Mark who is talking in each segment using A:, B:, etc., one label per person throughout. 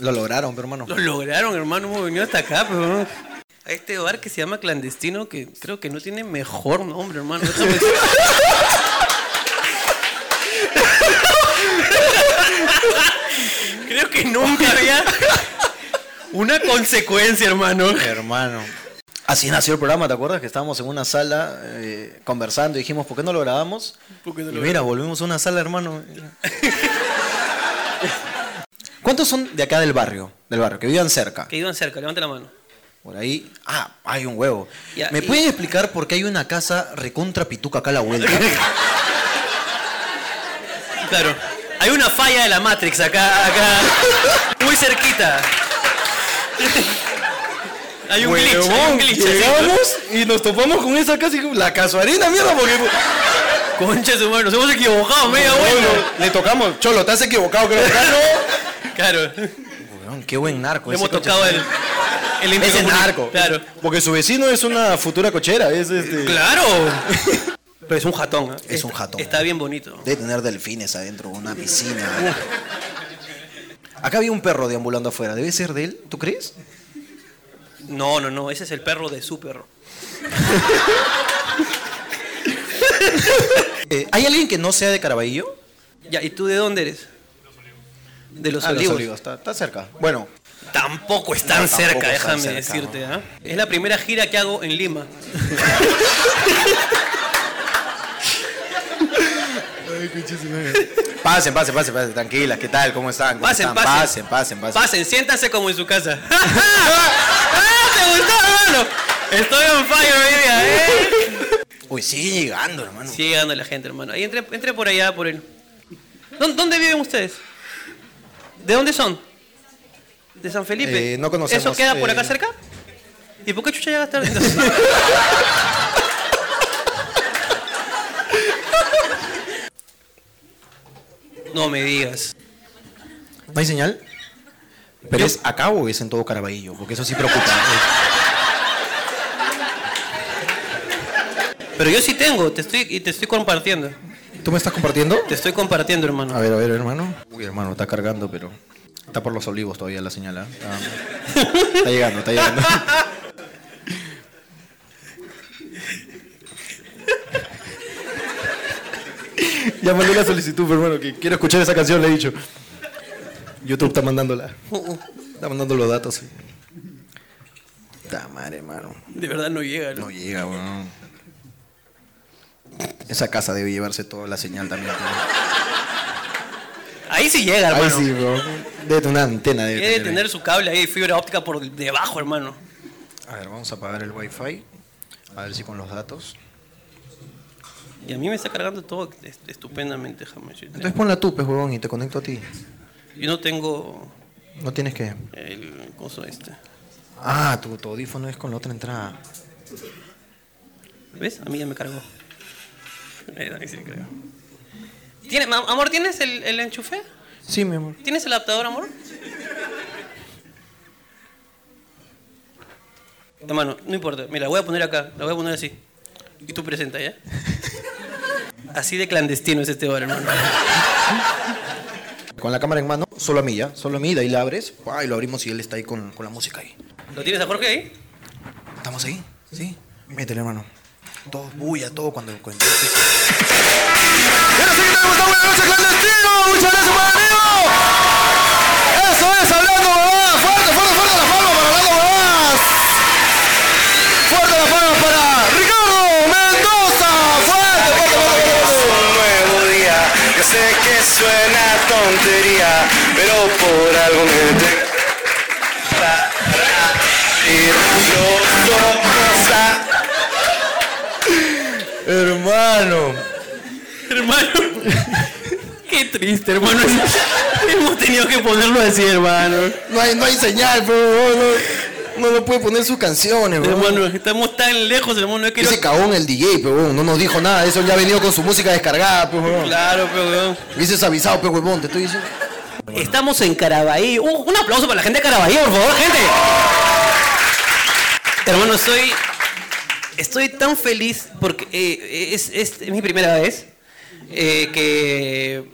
A: Lo lograron, pero hermano.
B: Lo lograron, hermano, hemos venido hasta acá, pero a este bar que se llama Clandestino, que creo que no tiene mejor nombre, hermano. Déjame- creo que nunca había una consecuencia, hermano.
A: Hermano. Así nació el programa, ¿te acuerdas? Que estábamos en una sala eh, conversando y dijimos, ¿por qué no lo grabamos?
B: ¿Por qué no
A: y
B: lo
A: mira, volvimos a una sala, hermano. ¿Cuántos son de acá del barrio? Del barrio, que vivan cerca.
B: Que iban cerca, levante la mano.
A: Por ahí. Ah, hay un huevo.
B: Ya,
A: ¿Me
B: y-
A: pueden explicar por qué hay una casa recontra pituca acá a la vuelta?
B: Claro. Hay una falla de la Matrix acá, acá. Muy cerquita. Hay un glitch, hay un
A: Huevón,
B: glitch. así.
A: Llegamos y nos topamos con esa casa y la casuarina, mierda, porque.
B: Concha de su madre, nos hemos equivocado, media vuelta.
A: Bueno, le tocamos. Cholo, te has equivocado, creo que acá no.
B: Claro.
A: Pues Huevón, qué buen narco.
B: Le hemos
A: ese
B: tocado el. el
A: Ese
B: intercomunicador.
A: narco.
B: Claro.
A: Porque su vecino es una futura cochera. Es este.
B: Claro. Pero es un jatón. ¿eh?
A: Es un jatón.
B: Está bien bonito.
A: Debe tener delfines adentro, una piscina. Acá había un perro deambulando afuera. ¿Debe ser de él? ¿Tú crees?
B: No, no, no. Ese es el perro de su perro.
A: Eh, ¿Hay alguien que no sea de Caraballo?
B: Ya, ¿y tú de dónde eres? De los
A: Ah,
B: olivos.
A: Está, está cerca. Bueno,
B: Tampoco están
A: No, tampoco
B: cerca,
A: están
B: déjame
A: cerca,
B: decirte. ¿ah? Es la primera gira que hago en Lima.
A: pasen, pasen, pasen, pasen. Tranquilas, ¿qué tal? ¿Cómo están? ¿Cómo
B: Pasen,
A: están? pasen,
B: pasen.
A: pasen, pasen.
B: Pasen, siéntanse como en su casa. ¡Ah! ¿Te gustó, hermano? Estoy on fire hoy día, ¿eh?
A: Uy, sigue llegando, hermano.
B: Sigue llegando la gente, hermano. Ahí entre, entre por allá, por él. ¿Dó- ¿Dónde viven ustedes? ¿De dónde son? ¿De San Felipe?
A: Eh, no conocemos,
B: ¿Eso queda por
A: eh,
B: acá cerca? ¿Y por qué chucha llegas tarde? entonces? no me digas.
A: ¿No hay señal? ¿Pero es acá o es en todo Caraballo? Porque eso sí preocupa.
B: Pero yo sí tengo, te estoy, y te estoy compartiendo.
A: ¿Tú me estás compartiendo?
B: Te estoy compartiendo, hermano.
A: A ver, a ver, hermano. Uy, hermano, está cargando, pero. Está por los olivos todavía la señal. ¿ah? Está, está llegando, está llegando. ya mandé la solicitud, hermano, que quiero escuchar esa canción, le he dicho. YouTube está mandándola.
B: Uh, uh,
A: Está mandando los datos. Está madre, hermano.
B: de verdad no llega, ¿no?
A: No llega, weón. Esa casa debe llevarse toda la señal también. tío.
B: Ahí sí llega,
A: Ahí
B: hermano.
A: sí, weón. Debe tener una antena. Debe
B: Ah, Debe
A: tener.
B: tener su cable ahí de fibra óptica por debajo, hermano.
A: A ver, vamos a apagar el wifi. A ver si con los datos.
B: Y a mí me está cargando todo est- estupendamente, déjame decirte.
A: Entonces ponla tú, pues, huevón, y te conecto a ti.
B: Yo no tengo
A: No tienes que...
B: el coso este.
A: Ah, tu, tu audífono es con la otra entrada.
B: ¿Ves? A mí ya me cargó. Ahí ahí sí creo. ¿Tiene, ma- amor, ¿tienes el, el enchufe?
A: Sí, mi amor.
B: ¿Tienes el adaptador, amor? Hermano, no importa. Mira, la voy a poner acá. La voy a poner así. Y tú presenta, ¿ya? Así de clandestino es este bar, hermano.
A: Con la cámara en mano, solo a mí, ¿ya? Solo a mí, de ahí la abres. pa, Y lo abrimos y él está ahí con, con la música ahí.
B: ¿Lo tienes a Jorge ahí?
A: ¿Estamos ahí? ¿Sí? Métele, hermano. Todo bulla, todo cuando lo cuento. Muchas gracias por Eso es, hablando huevadas. Fuerte, fuerte, fuerte las palmas para hablando huevadas. Fuerte las palmas para Ricardo Mendoza. Fuerte, fuerte, fuerte, fuerte.
C: un nuevo día. Yo sé que suena tontería, pero por algo me te- Y yo toco sa-
A: Hermano.
B: Hermano. Qué triste, hermano. Hemos tenido que ponerlo así, hermano.
A: No hay, no hay señal, pero no, no, no puede poner sus canciones, huevón.
B: Hermano, estamos tan lejos, hermano. No es que
A: Ese cagón el DJ, pero no nos dijo nada de eso. Ya ha venido con su música descargada, pues, huevón.
B: Claro, pero weón.
A: Hubieses avisado, pe huevón, te estoy diciendo.
B: Estamos en Carabalí. Un, un aplauso para la gente de Carabalí, por favor, gente. Hermano, soy. Estoy tan feliz porque eh, es, es mi primera vez eh, que,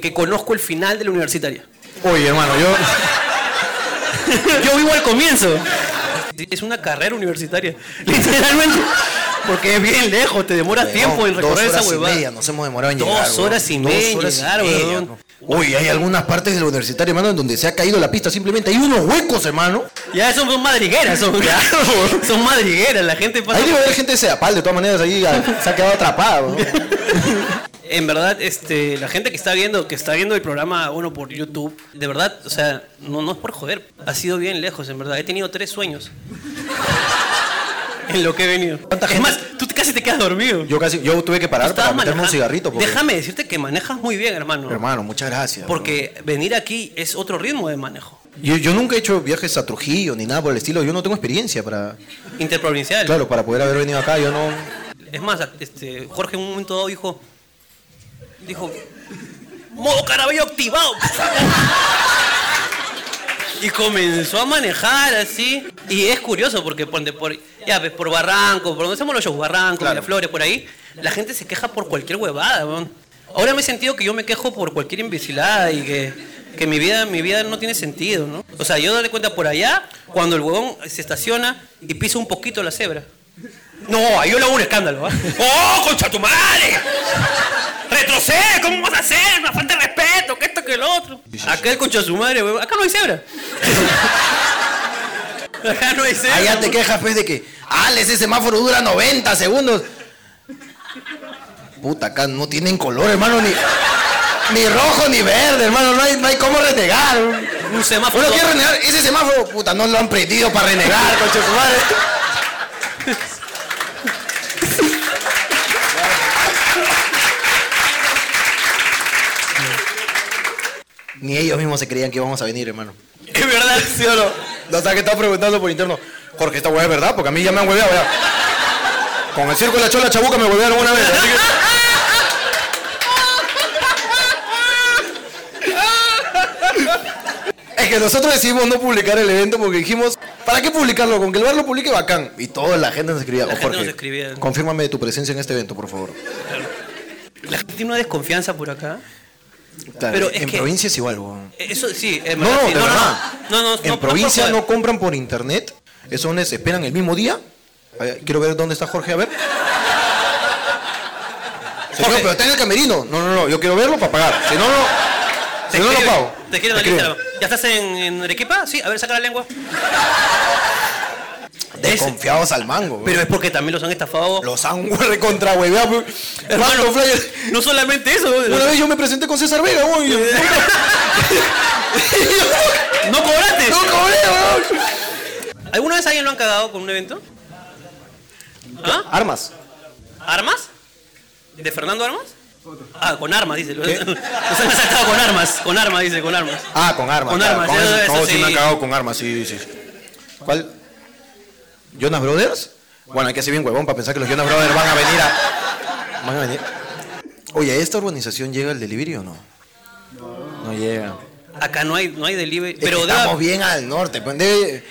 B: que conozco el final de la universitaria.
A: Oye, hermano, yo.
B: Yo vivo al comienzo. Es una carrera universitaria. Literalmente. Porque es bien lejos, te demoras tiempo en
A: Dos
B: recorrer esa
A: horas y
B: huevada.
A: media nos hemos demorado en
B: Dos
A: llegar, weón.
B: horas y media en llegar, weón.
A: weón. Uy, hay algunas partes del universitario, hermano, en donde se ha caído la pista. Simplemente hay unos huecos, hermano.
B: Ya son, son madrigueras, son, son madrigueras, la gente pasa.
A: Ahí debe haber gente de Seapal, de todas maneras, ahí ah, se ha quedado atrapada, weón.
B: En verdad, este, la gente que está viendo, que está viendo el programa uno por YouTube, de verdad, o sea, no, no es por joder, ha sido bien lejos, en verdad. He tenido tres sueños. en lo que he venido.
A: ¿Cuánta
B: es
A: gente?
B: más, tú casi te quedas dormido.
A: Yo casi, yo tuve que parar para
B: Estabas
A: meterme un
B: manejando.
A: cigarrito. Porque,
B: Déjame decirte que manejas muy bien, hermano.
A: Hermano, muchas gracias.
B: Porque venir aquí es otro ritmo de manejo.
A: weón. Yo, yo nunca he hecho viajes a Trujillo ni nada por el estilo. Yo no tengo experiencia para.
B: Interprovincial.
A: Claro, para poder haber venido acá, yo no.
B: Es más, este, Jorge en un momento dado dijo. Dijo. ¡Modo caraballo activado! por favor". Y comenzó a manejar así. Y es curioso porque ponte por, ya, ves, por Barranco, por donde hacemos los shows, Barranco,
A: Claro.
B: Miraflores, por ahí, la gente se queja por cualquier huevada. weón. Ahora me he sentido que yo me quejo por cualquier imbecilada y que, que mi, vida, mi vida no tiene sentido, ¿no? O sea, yo darle cuenta por allá cuando el huevón se estaciona y pisa un poquito la cebra. No, ahí yo le hago un escándalo, ¿ah? ¡Oh, concha tu madre! ¡Retrocede! ¿Cómo vas a hacer? Una falta de respeto, que esto, que el otro. Acá el concha de su madre, huevón. Acá no hay cebra. Acá no hay cebra.
A: Allá te quejas, pues, de que. ¡Ah, ese semáforo dura 90 segundos! Puta, acá no tienen color, hermano, ni. Ni rojo ni verde, hermano, no hay, no hay cómo renegar.
B: Un semáforo.
A: Uno quiere renegar, ese semáforo, puta, no lo han prendido para renegar, coche su madre. Ni ellos mismos se creían que íbamos a venir, hermano.
B: Es verdad, sí o no.
A: O sea, que estaba preguntando por interno, Jorge, esta hueá es verdad, porque a mí ya me han hueveado, ya. Con el circo de la chola chabuca me huevearon una vez, así que... Es que nosotros decidimos no publicar el evento porque dijimos, ¿para qué publicarlo? Con que el bar lo publique, bacán. Y toda la gente nos escribía, "Oh,
B: gente
A: Jorge,
B: nos escribía.
A: confírmame de tu presencia en este evento, por favor.
B: La gente tiene una desconfianza por acá.
A: Tal,
B: Pero es
A: en
B: que-
A: provincia es igual, weón.
B: Eh, Eso sí, es
A: No, no,
B: sí.
A: de verdad.
B: No, no, no,
A: en
B: no,
A: provincia
B: por
A: no,
B: joder.
A: compran por internet. Eso es, esperan el mismo día. A ver, Quiero ver dónde está Jorge, a ver. Señor,
B: Jorge.
A: pero está en el camerino. No, no, no, yo quiero verlo para pagar. Si no, no. Si
B: Te
A: no, lo
B: escriben-
A: pago.
B: Te quieren
A: escriben.
B: analizar. ¿Ya estás en, en Arequipa? Sí, a ver, saca la lengua. Es-
A: Desconfiados al mango.
B: pero es porque también los han estafado.
A: los han recontra hueveado. Hermano, los flyers.
B: No solamente eso.
A: Una vez yo me presenté con César Vega, uy.
B: ¡No cobraste!
A: No cobré, weón.
B: ¿Alguna vez alguien lo han cagado con un evento? ¿Ah?
A: Armas.
B: ¿Armas? ¿De Fernando Armas? Ah, con armas, dice. Los los han asaltado con armas. Con armas, dice, con armas.
A: Ah, con armas.
B: Con
A: claro,
B: armas, eso-
A: eso-
B: eso
A: no, sí me han
B: sí.
A: cagado con armas, sí, sí. sí. ¿Cuál? ¿Jonas Brothers? Bueno, hay que ser bien huevón para pensar que los Jonas Brothers van a venir a. Van a venir. Oye, ¿a esta urbanización llega el delivery o no? No llega.
B: Acá no hay, no hay delivery.
A: Es
B: Pero
A: que
B: debe-
A: estamos bien al norte. pues, debe-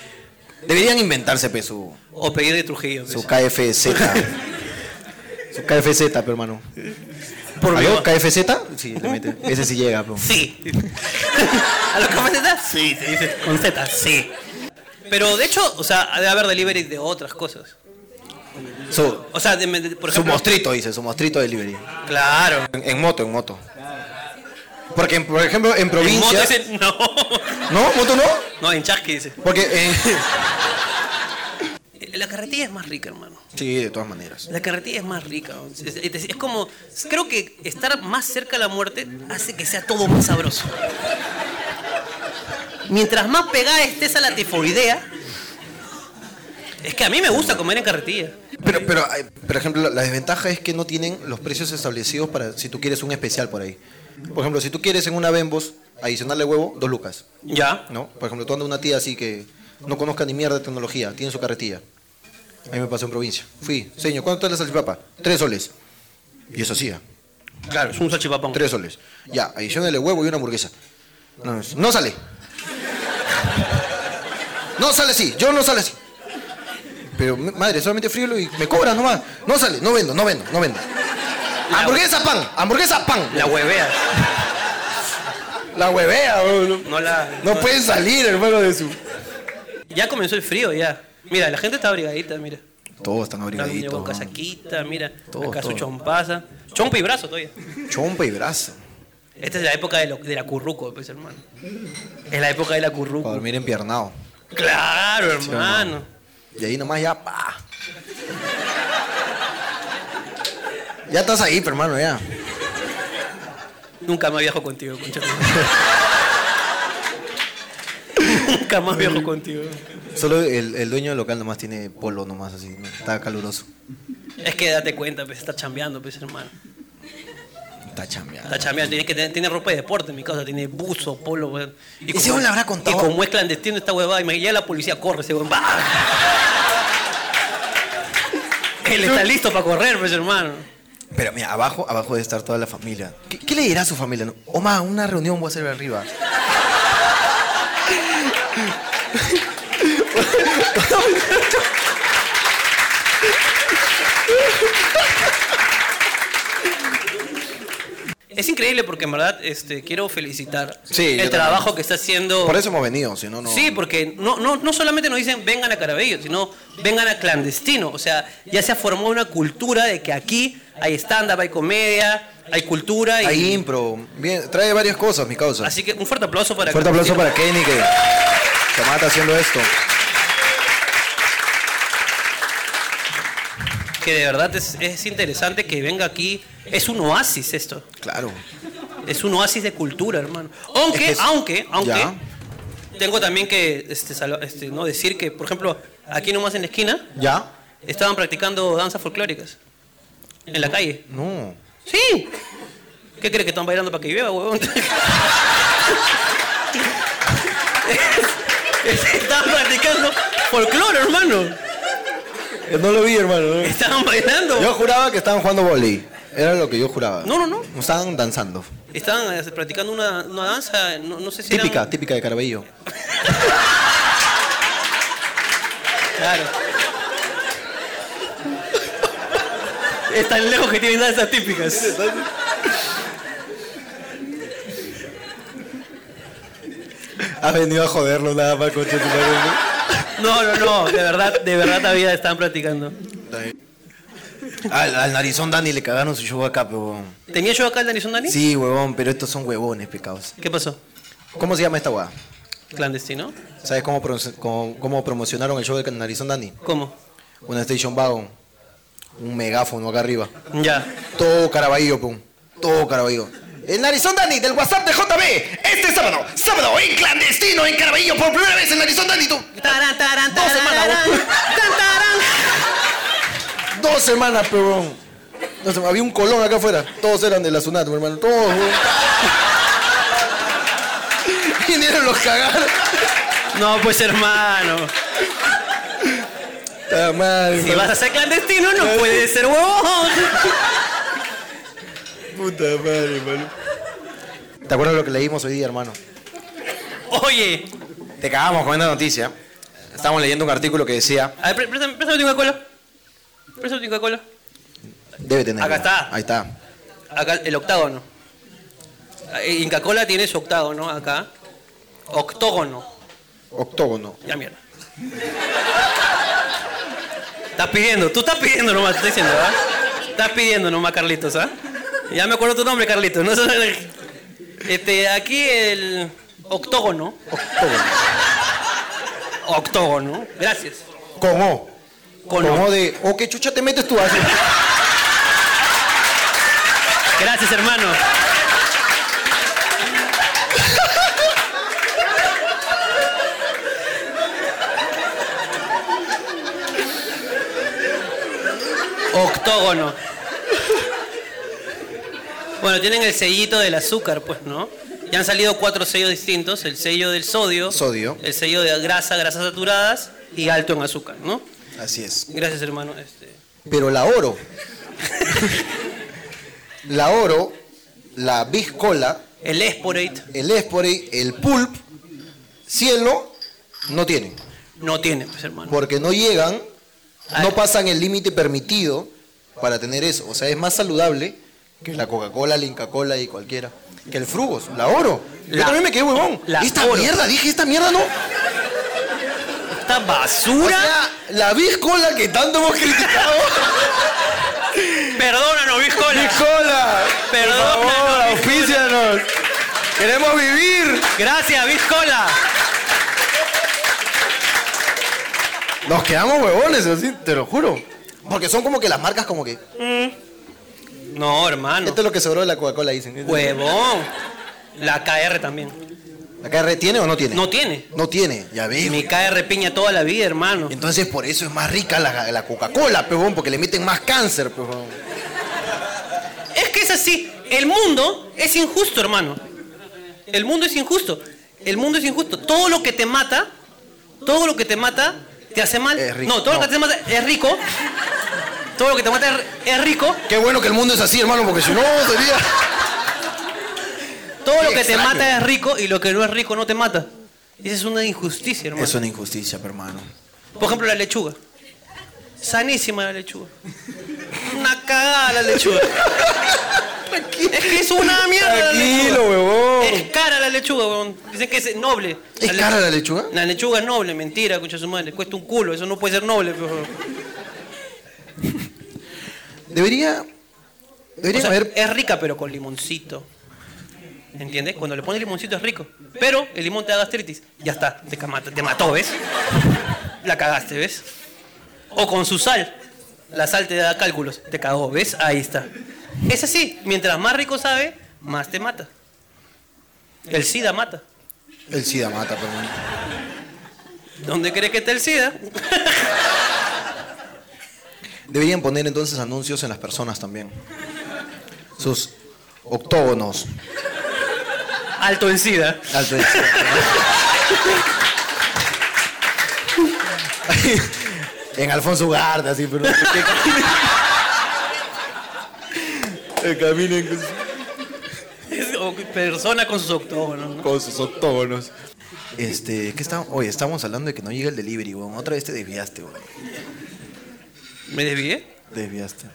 A: deberían inventarse pues, su,
B: O pedir de Trujillo.
A: su
B: pues.
A: KFZ. su KFZ, pe, hermano.
B: Por
A: ¿Aló?
B: favor.
A: ¿KFZ? Sí, le mete. Ese sí llega, pues. pero.
B: Sí. ¿A los con Z? Sí, te dice. Con Z, sí. Pero de hecho, o sea, debe haber delivery de otras cosas.
A: Su,
B: O sea, de- de- por
A: su
B: ejemplo.
A: mostrito, dice, su mostrito delivery.
B: Claro.
A: En, en moto, en moto. Porque, en- por ejemplo, en provincia.
B: En moto dice, no.
A: No, moto no.
B: No, en chasqui dice.
A: Porque eh, en.
B: La carretilla es más rica, hermano.
A: Sí, de todas maneras.
B: La carretilla es más rica. ¿no? Es, es- es como, creo que estar más cerca a la muerte hace que sea todo más sabroso. Mientras más pegada estés a la tifoidea, es que a mí me gusta comer en carretilla.
A: Pero, pero, ay, por ejemplo, la- la desventaja es que no tienen los precios establecidos para si tú quieres un especial por ahí. Por ejemplo, si tú quieres en una Bembos adicionarle huevo, dos lucas.
B: Ya.
A: ¿No? Por ejemplo, tú andas una tía así que no conozca ni mierda de tecnología, tiene su carretilla. A mí me pasó en provincia. Fui, señor, ¿cuánto es la salchipapa? Tres soles. Y eso hacía.
B: Claro, es un salchipapón.
A: Tres soles. Ya, adicionale huevo y una hamburguesa. No, es- no sale. No sale así, yo no sale así. Pero m- madre, solamente frío y me cobran nomás. No sale, no vendo, no vendo, no vendo. Hamburguesa pan, hamburguesa pan.
B: La huevea.
A: La huevea, bro.
B: No la.
A: No pueden salir, hermano, de su.
B: Ya comenzó el frío, ya. Mira, la gente está abrigadita, mira.
A: Todos están abrigaditos.
B: Llevo
A: ¿no?
B: casaquita, mira.
A: Todo,
B: acá
A: todo.
B: su chompaza. Chompa y brazo todavía.
A: Chompa y brazo.
B: Esta es la época de, lo- de la curruco, pues, hermano. Es la época de la
A: Para
B: curruco.
A: dormir empiernado.
B: Claro,
A: Sí,
B: hermano.
A: Y ahí nomás ya, pa. Ya estás ahí, pero, hermano, ya.
B: Nunca más viajo contigo, concha. tu madre. Nunca más viajo contigo.
A: Solo el, el dueño del local nomás tiene polo nomás así, ¿no? está caluroso.
B: Es que date cuenta, pues está chambeando, pues hermano.
A: Está chambeado.
B: Está chambeando, tiene, que tener- tiene ropa de deporte en mi casa, tiene buzo, polo, weón. Y
A: Ese weón le habrá contado.
B: Y como es clandestino esta huevada, imagínate, la policía corre, ese weón. ¡bah! Él está listo para correr, pues hermano.
A: Pero mira, abajo, abajo debe estar toda la familia. ¿Qué, qué le dirá a su familia? No? Oma, una reunión voy a hacer arriba.
B: Es increíble porque en verdad este, quiero felicitar
A: Sí, yo
B: el
A: también.
B: trabajo que está haciendo.
A: Por eso hemos venido, si no, no.
B: Sí, porque no, no, no solamente nos dicen vengan a Carabello, sino vengan a clandestino. O sea, ya se formó una cultura de que aquí hay stand-up, hay comedia, hay cultura. Y,
A: Hay impro. Bien, trae varias cosas, mi causa.
B: Así que un fuerte aplauso para
A: Fuerte aplauso
B: Clandestino.
A: para Kenny que se mata haciendo esto.
B: que de verdad es, es interesante que venga aquí. Es un oasis esto.
A: Claro.
B: Es un oasis de cultura, hermano. Aunque,
A: Es que es-
B: aunque, aunque.
A: Ya.
B: Tengo también que este, salo- este, no decir que, por ejemplo, aquí nomás en la esquina
A: ¿Ya?
B: estaban practicando danzas folclóricas. En la calle.
A: No.
B: ¡Sí! ¿Qué crees que están bailando para que llueva, huevón? Estaban practicando folclore, hermano.
A: No lo vi, hermano.
B: Estaban bailando.
A: Yo juraba que estaban jugando volei. Era lo que yo juraba.
B: No, no, no.
A: Estaban danzando.
B: Estaban eh, practicando una, una danza, no, no sé si
A: Típica,
B: eran-
A: típica de Carabello.
B: Claro. Es tan lejos que tienen danzas típicas.
A: Has venido a joderlo nada más, coche.
B: No, no, no, de verdad, de verdad todavía estaban practicando.
A: Al, al narizón Dani le cagaron su show acá, pe, huevón.
B: ¿Tenía yo acá el narizón, Dani?
A: Sí, huevón, pero estos son huevones, pecados.
B: ¿Qué pasó?
A: ¿Cómo se llama esta hueá?
B: ¿Clandestino?
A: ¿Sabes cómo, pro- cómo- cómo promocionaron el show de narizón Dani?
B: ¿Cómo?
A: Una station wagon. Un megáfono acá arriba.
B: Ya.
A: Todo Caraballo, pum. Todo Caraballo. El Narizón Dani del WhatsApp de JB. Este sábado, sábado en clandestino en Caraballo por primera vez en Narizón Dani. tú.
B: Tarán, tarán,
A: Dos semanas,
B: tararán,
A: güey.
B: tan, tarán.
A: Dos semanas, pero. No sé, había un colón acá afuera. Todos eran de la Sunat, mi hermano. Todos, güey. Vinieron los cagaron.
B: No, pues hermano.
A: Está mal,
B: Si vas a ser clandestino, no puedes ser huevón.
A: Puta madre, hermano. ¿Te acuerdas lo que leímos hoy día, hermano?
B: Oye,
A: Te cagamos con esta noticia. Estábamos leyendo un artículo que decía.
B: a ver, pré- préstame, préstame tu Coca-Cola. Préstame tu Coca-Cola.
A: Debe tener.
B: Acá está.
A: Ahí está.
B: Acá el octágono. Ah, Inca Cola tiene su octágono acá. Octógono.
A: Octógono.
B: Ya mierda. Estás pidiendo, tú estás pidiendo nomás, te estoy diciendo, ¿verdad? Estás pidiendo nomás, Carlitos, ¿ah? Ya me acuerdo tu nombre, Carlitos. No sé- este, aquí el octógono.
A: Octógono.
B: Octógono. Gracias.
A: Con O.
B: Con
A: Como
B: O.
A: de, o qué chucha te metes tú así.
B: Gracias, hermano. Octógono. Bueno, tienen el sellito del azúcar, pues, ¿no? Ya han salido cuatro sellos distintos: el sello del sodio,
A: Sodio.
B: el sello de grasa, grasas saturadas y alto en azúcar, ¿no?
A: Así es.
B: Gracias, hermano. Este,
A: Pero la oro. la oro, la biscola,
B: el Esporate
A: el espore, el pulp, cielo, no tienen.
B: no tiene, pues, hermano.
A: Porque no llegan,
B: Ay.
A: no pasan el límite permitido para tener eso. O sea, es más saludable que la Coca-Cola, la Inca Cola y cualquiera. Que el frugos, la oro. Yo
B: La-
A: también me quedé huevón.
B: la
A: esta
B: Oro.
A: mierda, dije, esta mierda no.
B: esta basura.
A: O sea, la biscola que tanto hemos criticado.
B: Perdónanos, Vizcola.
A: ¡Biscola!
B: Perdónanos,
A: Por favor,
B: biscola.
A: auspícianos. ¡Queremos vivir!
B: Gracias, Vizcola.
A: Nos quedamos huevones, así, te lo juro. Porque son como que las marcas como que...
B: No, hermano.
A: Esto es lo que sobró de la Coca-Cola, dicen.
B: Huevón. La KR también.
A: ¿La KR tiene o no tiene?
B: No tiene.
A: No tiene, ya ves.
B: Mi KR piña toda la vida, hermano.
A: Entonces por eso es más rica la, la Coca-Cola, pejón, porque le meten más cáncer, pejón.
B: Es que es así. El mundo es injusto, hermano. El mundo es injusto. El mundo es injusto. Todo lo que te mata, todo lo que te mata, te hace mal.
A: Es rico.
B: No, todo lo
A: No.
B: que te mata es rico. Todo lo que te mata es ri- es rico.
A: Qué bueno que el mundo es así, hermano, porque si no sería...
B: Todo lo
A: Qué
B: que te
A: extraño.
B: mata es rico y lo que no es rico no te mata. Esa es una injusticia, hermano.
A: Es una injusticia, hermano.
B: Por ejemplo, la lechuga. Sanísima la lechuga. Una cagada la lechuga. es que es una mierda la
A: Tranquilo,
B: lechuga.
A: huevón.
B: Es cara la lechuga, huevón. Dicen que es noble.
A: ¿Es
B: lechu-
A: cara la lechuga?
B: La lechuga es noble, mentira, escucha su madre. Cuesta un culo, eso no puede ser noble. pero-
A: Debería... Debería
B: O sea,
A: haber...
B: es rica, pero con limoncito. ¿Entiendes? Cuando le pones limoncito es rico. Pero el limón te da gastritis. Ya está, te, cama- te mató, ¿ves? La cagaste, ¿ves? O con su sal. La sal te da cálculos. Te cagó, ¿ves? Ahí está. Es así. Mientras más rico sabe, más te mata. El SIDA mata.
A: El SIDA mata, pejón.
B: ¿Dónde crees que está el SIDA?
A: Deberían poner entonces anuncios en las personas también. Sus octógonos.
B: Alto en SIDA.
A: Alto en SIDA, pejón. en Alfonso Ugarte, así, pero... Que caminen- que caminen con sus-
B: Es- o Persona con sus octógonos. ¿no?
A: con sus octógonos. Este, ¿qué estamos? Oye, estamos hablando de que no llega el delivery, weón. Otra vez te desviaste, weón.
B: ¿Me desvié?
A: Desviaste.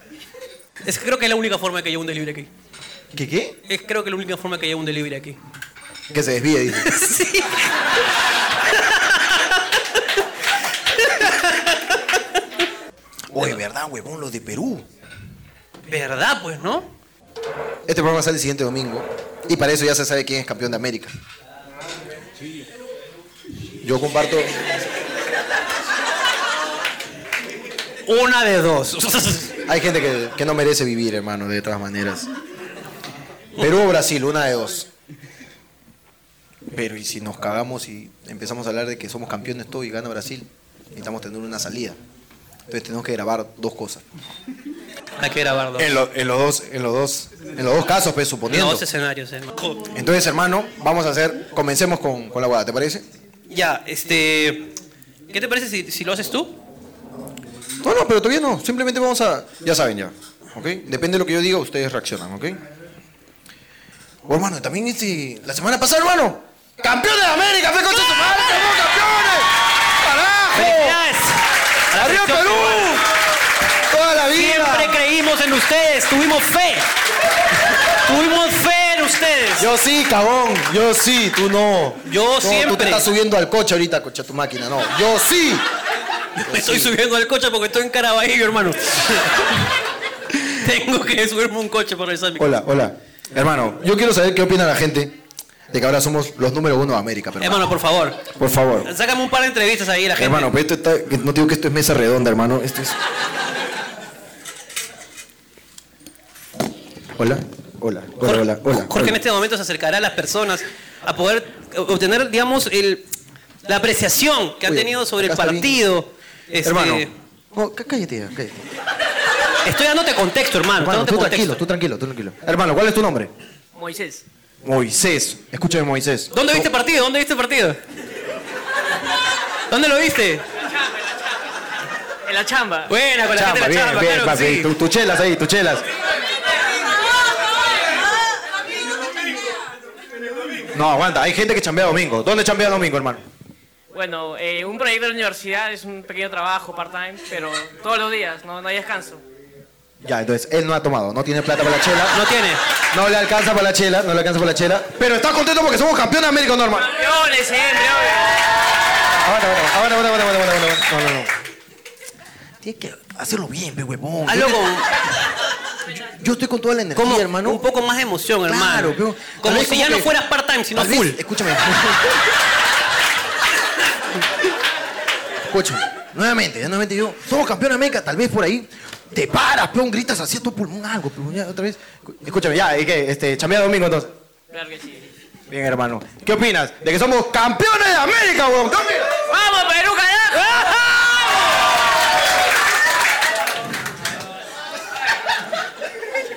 B: Es que creo que es la única forma de que haya un delivery aquí.
A: ¿Qué qué?
B: Es creo que la única forma que haya un delivery aquí.
A: Que se desvía, dice.
B: Sí.
A: Oye, ¿verdad, huevón? Los de Perú.
B: ¿Verdad, pues, no?
A: Este programa sale el siguiente domingo. Y para eso ya se sabe quién es campeón de América. Yo comparto.
B: Una de dos.
A: Hay gente que, que no merece vivir, hermano, de otras maneras. Perú o Brasil, una de dos. Pero y si nos cagamos y empezamos a hablar de que somos campeones todo y gana Brasil, necesitamos tener una salida. Entonces tenemos que grabar dos cosas.
B: Hay que grabar dos.
A: En, lo- en los dos, en los dos, en los dos casos, pues suponiendo.
B: Dos escenarios, eh. hermano.
A: Entonces, hermano, vamos a hacer, comencemos con, con la guada, ¿te parece?
B: Ya, este. ¿Qué te parece si, si lo haces tú?
A: No, no, pero todavía no. Simplemente vamos a. Ya saben ya. ¿Ok? Depende de lo que yo diga, ustedes reaccionan, ¿ok? Oh, hermano, también este. La semana pasada, hermano. ¡Campeón de América! ¡Fue concha su madre! ¡Somos campeones! ¡Carajo!
B: ¡Felicidades!
A: ¡Arriba Perú! ¡Toda la vida!
B: Siempre creímos en ustedes, tuvimos fe. tuvimos fe en ustedes.
A: Yo sí, cabón. Yo sí, tú no.
B: Yo
A: No, Tú te
B: siempre.
A: estás subiendo al coche ahorita, coche tu máquina, no. Yo sí.
B: Me estoy subiendo al coche porque estoy en Caraballo, hermano. Tengo que subirme un coche para regresar a mi casa.
A: Hola, hola. Hermano, yo quiero saber qué opina la gente de que ahora somos los número uno de América, pero.
B: Hermano, por favor.
A: Por favor.
B: Sácame un par de entrevistas ahí, la gente.
A: Hermano, pero esto está, que- no digo que esto es mesa redonda, hermano. Esto es. Hola, hola, hola,
B: Jorge,
A: hola, hola.
B: Jorge en
A: hola.
B: este momento se acercará a las personas a poder obtener, digamos, el, la apreciación que han
A: Oye,
B: tenido sobre el
A: acá está bien.
B: partido. Este,
A: Hermano, no, cá- cállate, ya, cállate.
B: Estoy dándote contexto, hermano.
A: Hermano,
B: dándote
A: tú
B: contexto.
A: tranquilo, tú tranquilo, tú tranquilo. Hermano, ¿cuál es tu nombre?
D: Moisés.
A: Moisés. Escúchame, Moisés.
B: ¿Dónde viste el partido? ¿Dónde viste el partido? ¿Dónde lo viste?
D: En la chamba.
B: Buena, con la gente
A: Chamba,
B: de la
A: bien,
B: chamba,
A: bien,
B: claro que
A: papi.
B: sí.
A: Tu- Tus chelas ahí, tus chelas. No, aguanta, hay gente que chambea domingo. ¿Dónde chambea domingo, hermano?
D: Bueno, eh, un proyecto de la universidad es un pequeño trabajo part-time, pero todos los días, no, no hay descanso.
A: Ya, entonces, él no ha tomado, no tiene plata para la chela.
B: No tiene.
A: No le alcanza para la chela, no le alcanza para la chela. Pero está contento porque somos campeones de América, normal.
D: Campeones siempre, obvio.
A: aguanta, aguanta, aguanta, aguanta, aguanta, aguanta, aguanta, aguanta. No, no, no. Tienes que hacerlo bien, pe huevón.
B: Hazlo
A: Yo-
B: con,
A: Yo estoy con toda la energía,
B: como
A: hermano.
B: un poco más de emoción,
A: Claro,
B: hermano.
A: pero- tal
B: como
A: vez
B: si ya
A: como
B: no
A: que-
B: fueras part-time, sino
A: Tal vez-
B: full.
A: Escúchame. Escúchame. Nuevamente, ya nuevamente yo. Somos campeones de América, tal vez por ahí. Te paras, peón, gritas así a tu pulmón algo, pero ya otra vez. Escúchame, ya, ¿y qué? Este, chambea domingo entonces.
D: Claro que sí.
A: Bien, hermano. ¿Qué opinas? De que somos campeones de América, weón. ¿Qué opinas?
D: ¡Vamos, Perú, carajo!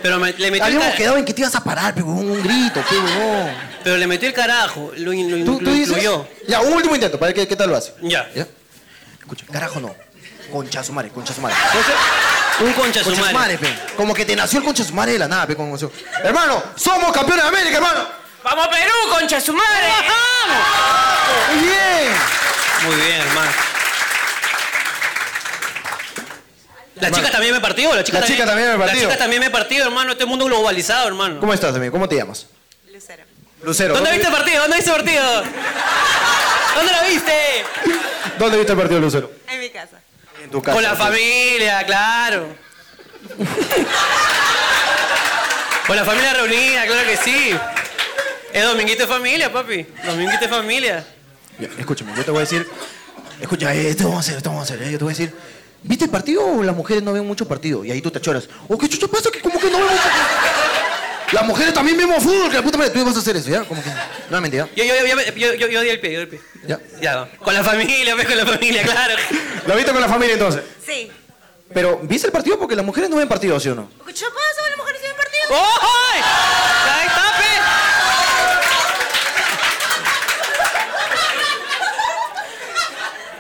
B: Pero me- le metió el
A: Habíamos
B: ca-
A: quedado en que te ibas a parar, pero un grito, pe, weón.
B: Pero le metió el carajo, lo, in- lo in-
A: ¿Tú,
B: lo
A: tú dices?
B: incluyó.
A: Ya, un último intento, para ver qué, qué tal lo hace.
B: Ya.
A: ¿Ya? Escucha, carajo no. Concha su madre, concha su madre.
B: Un concha su
A: Concha su madre, pe. Como que te nació el concha su madre de la nada, pe. como nació. Hermano, somos campeones de América, hermano.
D: ¡Vamos, Perú, concha de su madre!
A: Muy bien.
B: Muy bien, hermano. La
A: Hermano.
B: chica también me partió, la chica,
A: La chica también me
B: La
A: partió.
B: chica también me partió, hermano. Este mundo globalizado, hermano.
A: ¿Cómo estás, amigo? ¿Cómo te llamas?
E: Lucero.
A: Lucero.
B: ¿Dónde viste el partido? ¿Dónde viste el partido? ¿Dónde lo viste?
A: ¿Dónde viste el partido, Lucero?
E: En mi casa.
A: En tu casa.
B: Con la
A: pe.
B: familia, claro. Con la familia reunida, claro que sí. Es dominguito de familia, papi. Dominguito de familia.
A: Ya, escúchame, yo te voy a decir. Escucha, eh, esto vamos a hacer, esto vamos a hacer. eh, yo te voy a decir. ¿Viste el partido o las mujeres no ven mucho partido? Y ahí tú te choras. ¿O qué chucho pasa? Que como que no vemos. Las mujeres también vemos fútbol, que la puta madre. Tú ibas a hacer eso, ¿ya? Como que. No, mentira.
B: Yo, yo, yo, yo, yo, yo, yo di el pie, yo di el pie.
A: Ya.
B: Ya, va. con la familia, pues, con la familia, claro.
A: Lo viste con la familia entonces.
E: Sí.
A: Pero, ¿viste el partido? Porque las mujeres no ven partido, ¿sí o no?
E: ¿Qué chucha pasa con las mujeres en el partido?
B: ¡Ojo! ¡Ahí está, pe!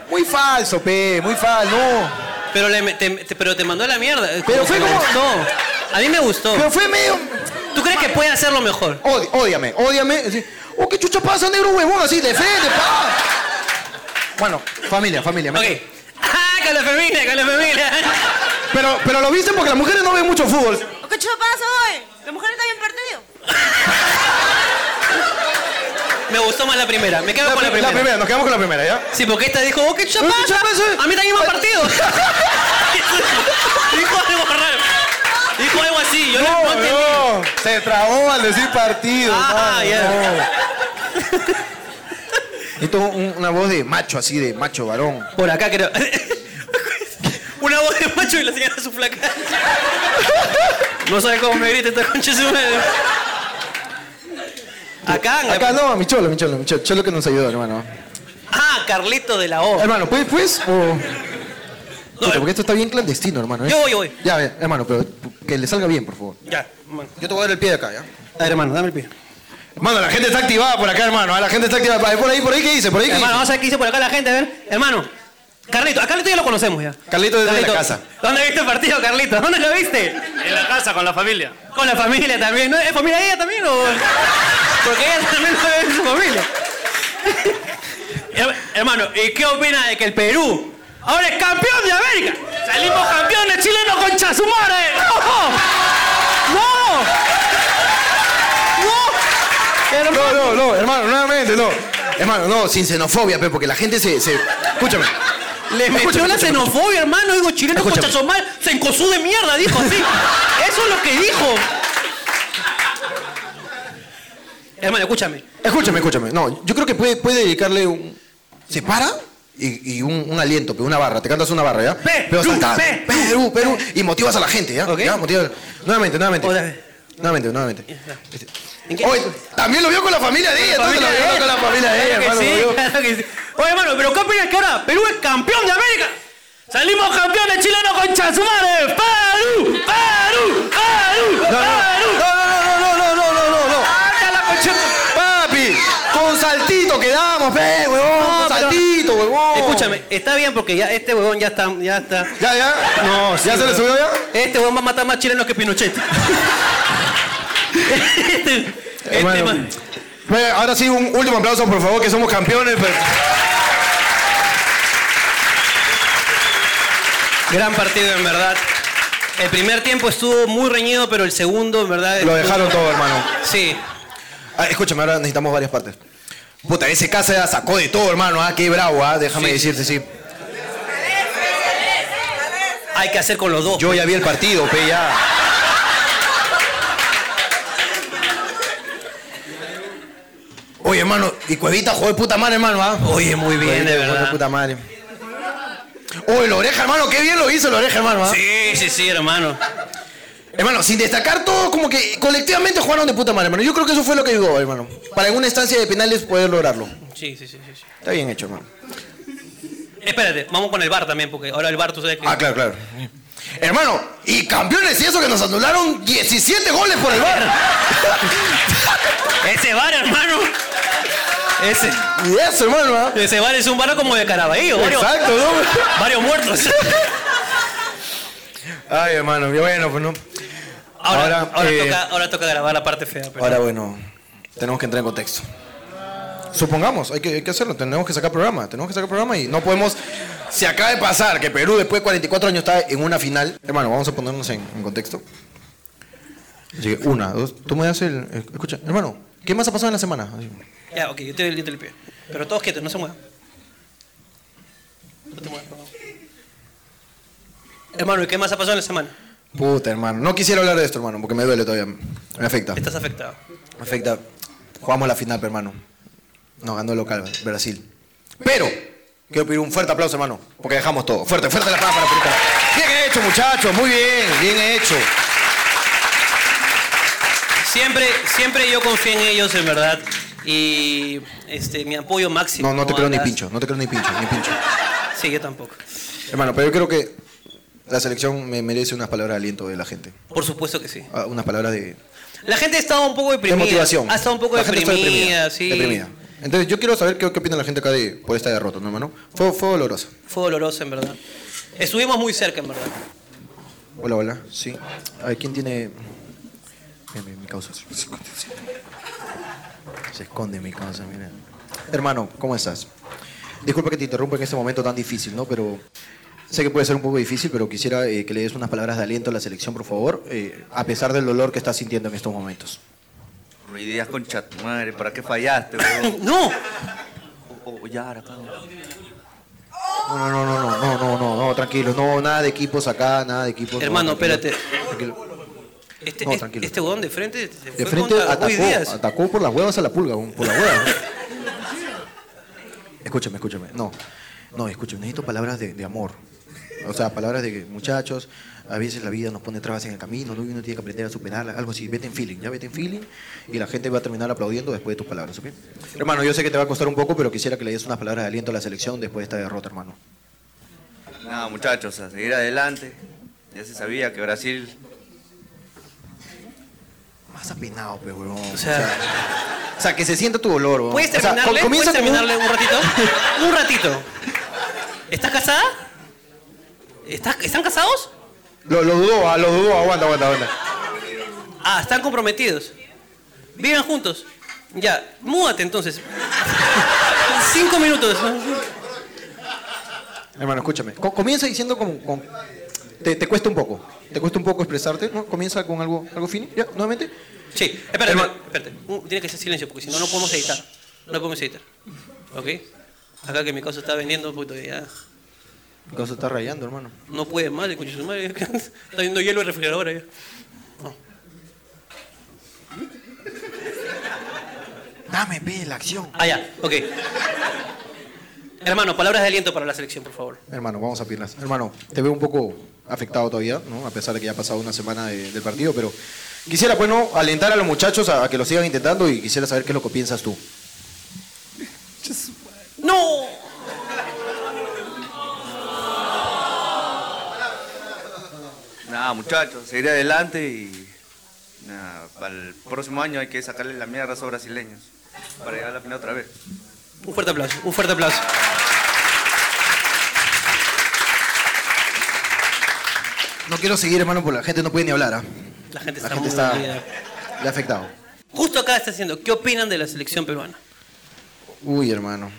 A: Muy falso, pe, muy falso, no.
B: Pero, le, me- te, te- pero te mandó a la mierda.
A: Pero fue
B: que me
A: como-
B: gustó. A mí me gustó.
A: Pero fue medio.
B: ¿Tú crees que puede hacerlo mejor?
A: Odi- ódiame, ódiame. Así, oh, qué chucha pasa, negro huevón, así, defende, pa. Bueno, familia, familia. me-
B: Ok. ¡Ah, con la familia, con la familia!
A: Pero, pero lo viste porque las mujeres no ven mucho fútbol.
E: ¿Qué chucha pasa hoy? Las mujeres también partido.
B: Me gustó más la primera. Me quedo con la primera.
A: nos quedamos con la primera, ¿ya?
B: Sí, porque esta dijo, oh, qué chucha
A: Oh, qué
B: pasa.
A: chucha pasa.
B: A mí también me ha partido. dijo algo raro. Dijo algo así. Yo no, no entendí.
A: se trabó al decir partido. mano,
B: Ah, ya.
A: no. Esto es un- una voz de macho, así de macho varón.
B: Por acá creo. Una voz de macho y la señora su flaca. No sabe cómo me grita esta concha de su madre. Acá, en la-
A: Acá no, mi cholo, mi cholo, mi cholo, cholo que nos ayudó, hermano.
B: Ah, Carlito de la O.
A: Hermano, ¿puedes, pues? O... Puta,
B: No,
A: porque esto está bien clandestino, hermano. ¿eh?
B: eh. Yo voy, yo voy.
A: Ya, a ver, hermano, pero que le salga bien, por favor.
B: ya, hermano.
A: Yo te voy a dar el pie de acá, ¿ya?
B: A ver, hermano, dame el pie.
A: Hermano, la gente está activada por acá, hermano. ¿ah? La gente está activada. Por ahí, por ahí, ¿qué dice? Por ahí, ¿qué
B: Hermano,
A: dice?
B: vamos a ver qué dice por acá la gente, a ver. Hermano, Carlito, a Carlito ya lo conocemos ya.
A: Carlito desde la casa.
B: ¿Dónde viste el partido, Carlito? ¿Dónde lo viste?
F: En la casa, con la familia.
B: Con la familia también. ¿No? ¿Es familia de ella también o...? Porque ella también lo ve en su familia. Her- Hermano, ¿y qué opina de que el Perú ahora es campeón de América? ¡Salimos campeones chilenos con Chasumare! ¡No! ¡No! ¡No!
A: No, no, no, hermano, nuevamente, no. Hermano, no, sin xenofobia, pe, porque la gente se. se... Escúchame.
B: Le metió
A: Escúchame,
B: la
A: escúchame.
B: xenofobia, hermano. Digo, chileno con
A: Escúchame.
B: Chasumare se encosó de mierda, dijo así. Eso es lo que dijo. Hermano, escúchame.
A: Escúchame, escúchame. No, yo creo que puede, puede dedicarle un. ¿Se para? Y, y un, un aliento, pe, una barra. Te cantas una barra, ¿ya?
B: Pe-
A: Pero
B: Lu,
A: saltando.
B: pe-
A: Perú, Perú. Y motivas a la gente, ¿ya?
B: Ok.
A: ¿Ya? Motivas... Nuevamente, nuevamente.
B: Otra vez.
A: Nuevamente, nuevamente.
B: ¿En qué-
A: Oye, también lo vio con la familia de ella, entonces lo
B: familia
A: vio
B: de
A: con la
B: él.
A: familia de ella,
B: Claro
A: hermano. lo
B: que sí,
A: vio.
B: claro que sí. Oye, hermano, pero ¿qué opinas que ahora Perú es campeón de América? ¡Salimos campeones chilenos con Chasumare! ¡Perú! ¡Perú! ¡Perú!
A: No,
B: ¡Perú!
A: no, no, no, no, no, no, no, no, no.
B: ¡Acá la concha-
A: Papi, con saltito quedamos, pe, huevón,
B: No,
A: con
B: pero-
A: saltito, huevón.
B: Escúchame, está bien porque ya este huevón ya está, ya está.
A: Ya, ya. No, ¿Ya se le subió ya?
B: Este huevón va a matar más chilenos que Pinochet. este, este
A: Hermano.
B: man-
A: Ve, ahora sí, un último aplauso, por favor, que somos campeones. pero-
B: Gran partido, en verdad. El primer tiempo estuvo muy reñido, pero el segundo, en verdad.
A: Lo
B: estuvo-
A: dejaron todo, hermano.
B: Sí.
A: Ah, escúchame, ahora necesitamos varias partes. Puta, ese casa ya sacó de todo, hermano. Ah, qué bravo, ah, déjame
B: Sí.
A: decirte, sí.
B: Hay que hacer con los dos.
A: Yo ya vi el partido, pe, ya. Oye, hermano, y Cuevita jugó de puta madre, hermano, ¿ah?
B: Oye, muy bien,
A: Cuevita
B: de
A: jugó
B: verdad.
A: puta madre. Oye, la oreja, hermano, qué bien lo hizo la oreja, hermano, ¿ah?
B: Sí, sí, sí, hermano.
A: Hermano, sin destacar todo, como que colectivamente jugaron de puta madre, hermano. Yo creo que eso fue lo que ayudó, hermano. Para en una estancia de penales poder lograrlo.
B: Sí, sí, sí, sí, sí.
A: Está bien hecho, hermano.
B: Espérate, vamos con el bar también, porque ahora el bar tú sabes que.
A: Ah, claro, claro. Hermano, y campeones, y eso que nos anularon 17 goles por el bar.
B: Ese bar, hermano. Ese,
A: Y eso, hermano, ¿ah?
B: ese bar es un bar como de Caraballo, varios,
A: Exacto, ¿no?
B: varios muertos.
A: Ay, hermano, y bueno, pues no.
B: Ahora,
A: Ahora,
B: ahora,
A: eh,
B: toca, ahora toca grabar la parte fea. pero-
A: Ahora, bueno, tenemos que entrar en contexto. Supongamos, hay que, hay que hacerlo, tenemos que sacar programa, tenemos que sacar programa y no podemos... Se acaba de pasar que Perú después de 44 años está en una final. Hermano, vamos a ponernos en, en contexto. Así que, una, dos, tú me das el... Escucha, hermano, ¿qué más ha pasado en la semana? Así.
B: Ya, ok, yo te, yo te limpio. Pero todos quietos, no se muevan. No te muevas, por favor. Hermano, ¿y qué más ha pasado en la semana?
A: Puta, hermano, no quisiera hablar de esto, hermano, porque me duele todavía, me afecta.
B: Estás afectado.
A: Afecta. Jugamos la final, pe, hermano. Nos ganó el local, Brasil. Pero, quiero pedir un fuerte aplauso, hermano, porque dejamos todo. Fuerte, fuerte la palabra para Perú. Bien hecho, muchachos, muy bien, bien hecho.
B: Siempre, siempre yo confié en ellos, en verdad. Y este, mi apoyo máximo.
A: No, no te creo ni
B: Andas-
A: pincho, no te creo ni pincho, ni pincho.
B: Sí, yo tampoco.
A: Hermano, pero yo creo que la selección me merece unas palabras de aliento de la gente.
B: Por supuesto que sí.
A: Ah, Unas palabras de,
B: La gente estaba un poco deprimida.
A: de motivación.
B: Ha estado un poco
A: La gente está
B: deprimida, sí.
A: deprimida. Entonces, yo quiero saber qué, qué opina la gente acá de, por esta derrota, ¿no, hermano? Fue, fue dolorosa.
B: Fue doloroso, en verdad. Estuvimos muy cerca, en verdad.
A: Hola, hola. Sí. A ver, ¿quién tiene...? Mira, mira, mi causa. Se esconde, se esconde. Se esconde mi causa, mira. Hermano, ¿cómo estás? Disculpa que te interrumpa en este momento tan difícil, ¿no? Pero sé que puede ser un poco difícil, pero quisiera eh, que le des unas palabras de aliento a la selección, por favor, eh, a pesar del dolor que estás sintiendo en estos momentos.
F: Ruidías con chat, madre, ¿para qué fallaste, weón?
B: ¡No!
F: O- o Yara, cabrón.
A: No, no, no, no, no, no, no, no, no, tranquilo. No, nada de equipos acá, nada de equipos. no,
B: Hermano,
A: tranquilo,
B: espérate.
A: tranquilo.
B: Este,
A: No,
B: es-
A: tranquilo.
B: este huevón de frente. se
A: De
B: fue
A: frente
B: contra
A: atacó,
B: Luis Díaz.
A: atacó por las huevas a la pulga, un- por las huevas. escúchame, escúchame. No, no, escúchame, necesito palabras de, de amor. O sea, palabras de que, muchachos, a veces la vida nos pone trabas en el camino, ¿no? y uno tiene que aprender a superarla, algo así. Vete en feeling, ya vete en feeling y la gente va a terminar aplaudiendo después de tus palabras, ¿ok? Hermano, yo sé que te va a costar un poco, pero quisiera que le des unas palabras de aliento a la selección después de esta derrota, hermano.
F: Nada, muchachos, a seguir adelante. Ya se sabía que Brasil.
A: Más apenado, pero huevón.
B: O sea.
A: O sea, que se sienta tu dolor, huevón.
B: ¿Puedes
A: O sea,
B: terminarle?
A: com- comienza
B: ¿Puedes
A: con un-
B: terminarle un ratito? Un ratito. ¿Estás casada? ¿Estás- ¿Están casados?
A: Lo, lo dudó, ah, lo dudó, aguanta, aguanta, aguanta.
B: Ah, están comprometidos. Viven juntos. Ya, múdate entonces. Cinco minutos.
A: Hermano, escúchame. Co- comienza diciendo como... como- Te, te cuesta un poco. Te cuesta un poco expresarte, ¿no? Comienza con algo, algo fino. Ya, nuevamente.
B: Sí, espérate,
A: Hermano.
B: espérate. espérate. Uh, Tiene que ser silencio porque si no, no podemos editar. No podemos editar. ¿Ok? Acá que mi cosa está vendiendo, puto, ya.
A: Mi cosa está rayando, hermano.
B: No puede más, el coño de su madre. Está viendo hielo el refrigerador eh. ahí.
A: Dame, ve, la acción.
B: Ah, ya, ok. Hermano, palabras de aliento para la selección, por favor.
A: Hermano, vamos a pirlas. Hermano, te veo un poco afectado todavía, ¿no? A pesar de que ya ha pasado una semana de- del partido, pero... Quisiera, pues, ¿no? Alentar a los muchachos a, a que lo sigan intentando y quisiera saber qué es lo que piensas tú.
B: ¡No!
F: Nada, muchachos, seguir adelante y. Nada, para el próximo año hay que sacarle la mierda a esos brasileños. Para llegar a la final otra vez.
B: Un fuerte aplauso, un fuerte aplauso.
A: No quiero seguir, hermano, porque la gente no puede ni hablar, ¿ah?
B: La gente
A: La gente
B: está muy
A: está...
B: dolida.
A: Le ha afectado.
B: Justo acá está haciendo, ¿qué opinan de la selección peruana?
A: Uy, hermano.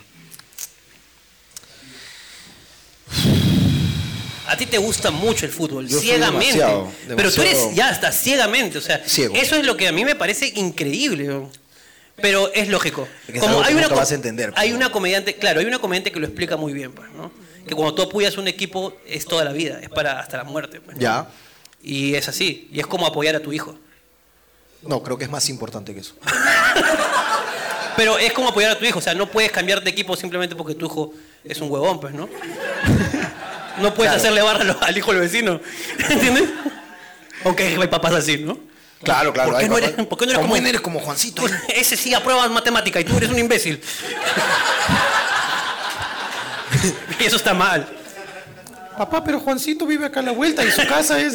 B: A ti te gusta mucho el fútbol,
A: Yo soy
B: ciegamente.
A: demasiado,
B: Pero tú
A: demasiado-
B: eres ya hasta ciegamente, o sea,
A: Ciego.
B: eso es lo que a mí me parece increíble. ¿no? Pero es lógico.
A: Porque es algo que nunca
B: co-
A: vas a entender, pues,
B: hay
A: ¿no?
B: una comediante, claro, hay una comediante que lo explica muy bien, pues, ¿no? Que cuando tú apoyas un equipo es toda la vida, es para hasta la muerte. pues.
A: Ya.
B: Y es así, y es como apoyar a tu hijo.
A: No, creo que es más importante que eso.
B: Pero es como apoyar a tu hijo, o sea, no puedes cambiar de equipo simplemente porque tu hijo es un huevón, pues, ¿no? No puedes hacerle barra a lo- al hijo del vecino, ¿entiendes? Aunque hay papás así, ¿no?
A: Claro, claro.
B: ¿Por qué
A: hay
B: no
A: papás-
B: eres- por qué no eres
A: ¿Cómo
B: como- eh?
A: eres como Juancito?
B: Tú- ese sí aprueba matemática y tú eres un imbécil. Y eso está mal.
A: Papá, pero Juancito vive acá a la vuelta y su casa es.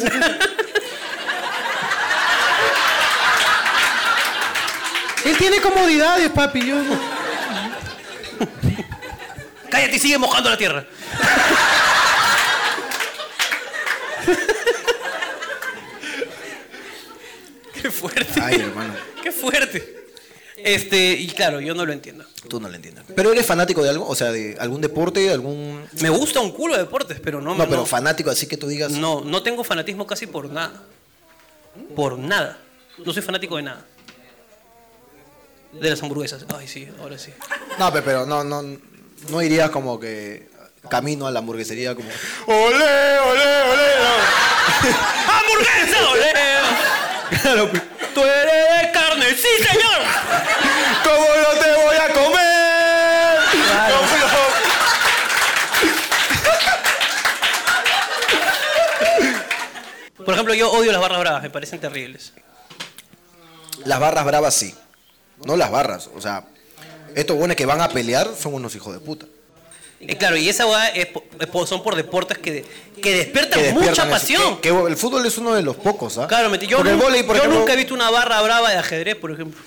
A: Él tiene comodidades, papi. Yo
B: Cállate y sigue mojando la tierra. Qué fuerte.
A: Ay, hermano.
B: Qué fuerte. Este, y claro, yo no lo entiendo.
A: Tú no lo entiendes. Pero eres fanático de algo, o sea, de algún deporte, algún.
B: Me gusta un culo de deportes, pero no
A: No, pero
B: no,
A: fanático, así que tú digas.
B: no, no tengo fanatismo casi por nada. Por nada. No soy fanático de nada. De las hamburguesas. Ay, sí, ahora sí.
A: No, pe- pero no, no, no irías como que camino a la hamburguesería como.
C: Olé, olé, olé. no.
B: ¡Hamburguesa, olé! pues. ¡Tú eres de carne! ¡Sí, señor!
C: ¿Cómo no te voy a comer? ¿Cómo no?
B: Por ejemplo, yo odio las barras bravas, me parecen terribles.
A: Las barras bravas sí. No las barras. O sea, estos buenos que van a pelear son unos hijos de puta.
B: Y Eh, claro, y esa hueá es po- es po- son por deportes que, que despiertan
A: Que
B: mucha
A: despiertan eso.
B: pasión.
A: Que- que el fútbol es uno de los pocos, ¿ah?
B: Claro, meti- yo,
A: Porque el
B: nu-
A: vóley, por
B: yo
A: ejemplo,
B: nunca he visto una barra brava de ajedrez, por ejemplo.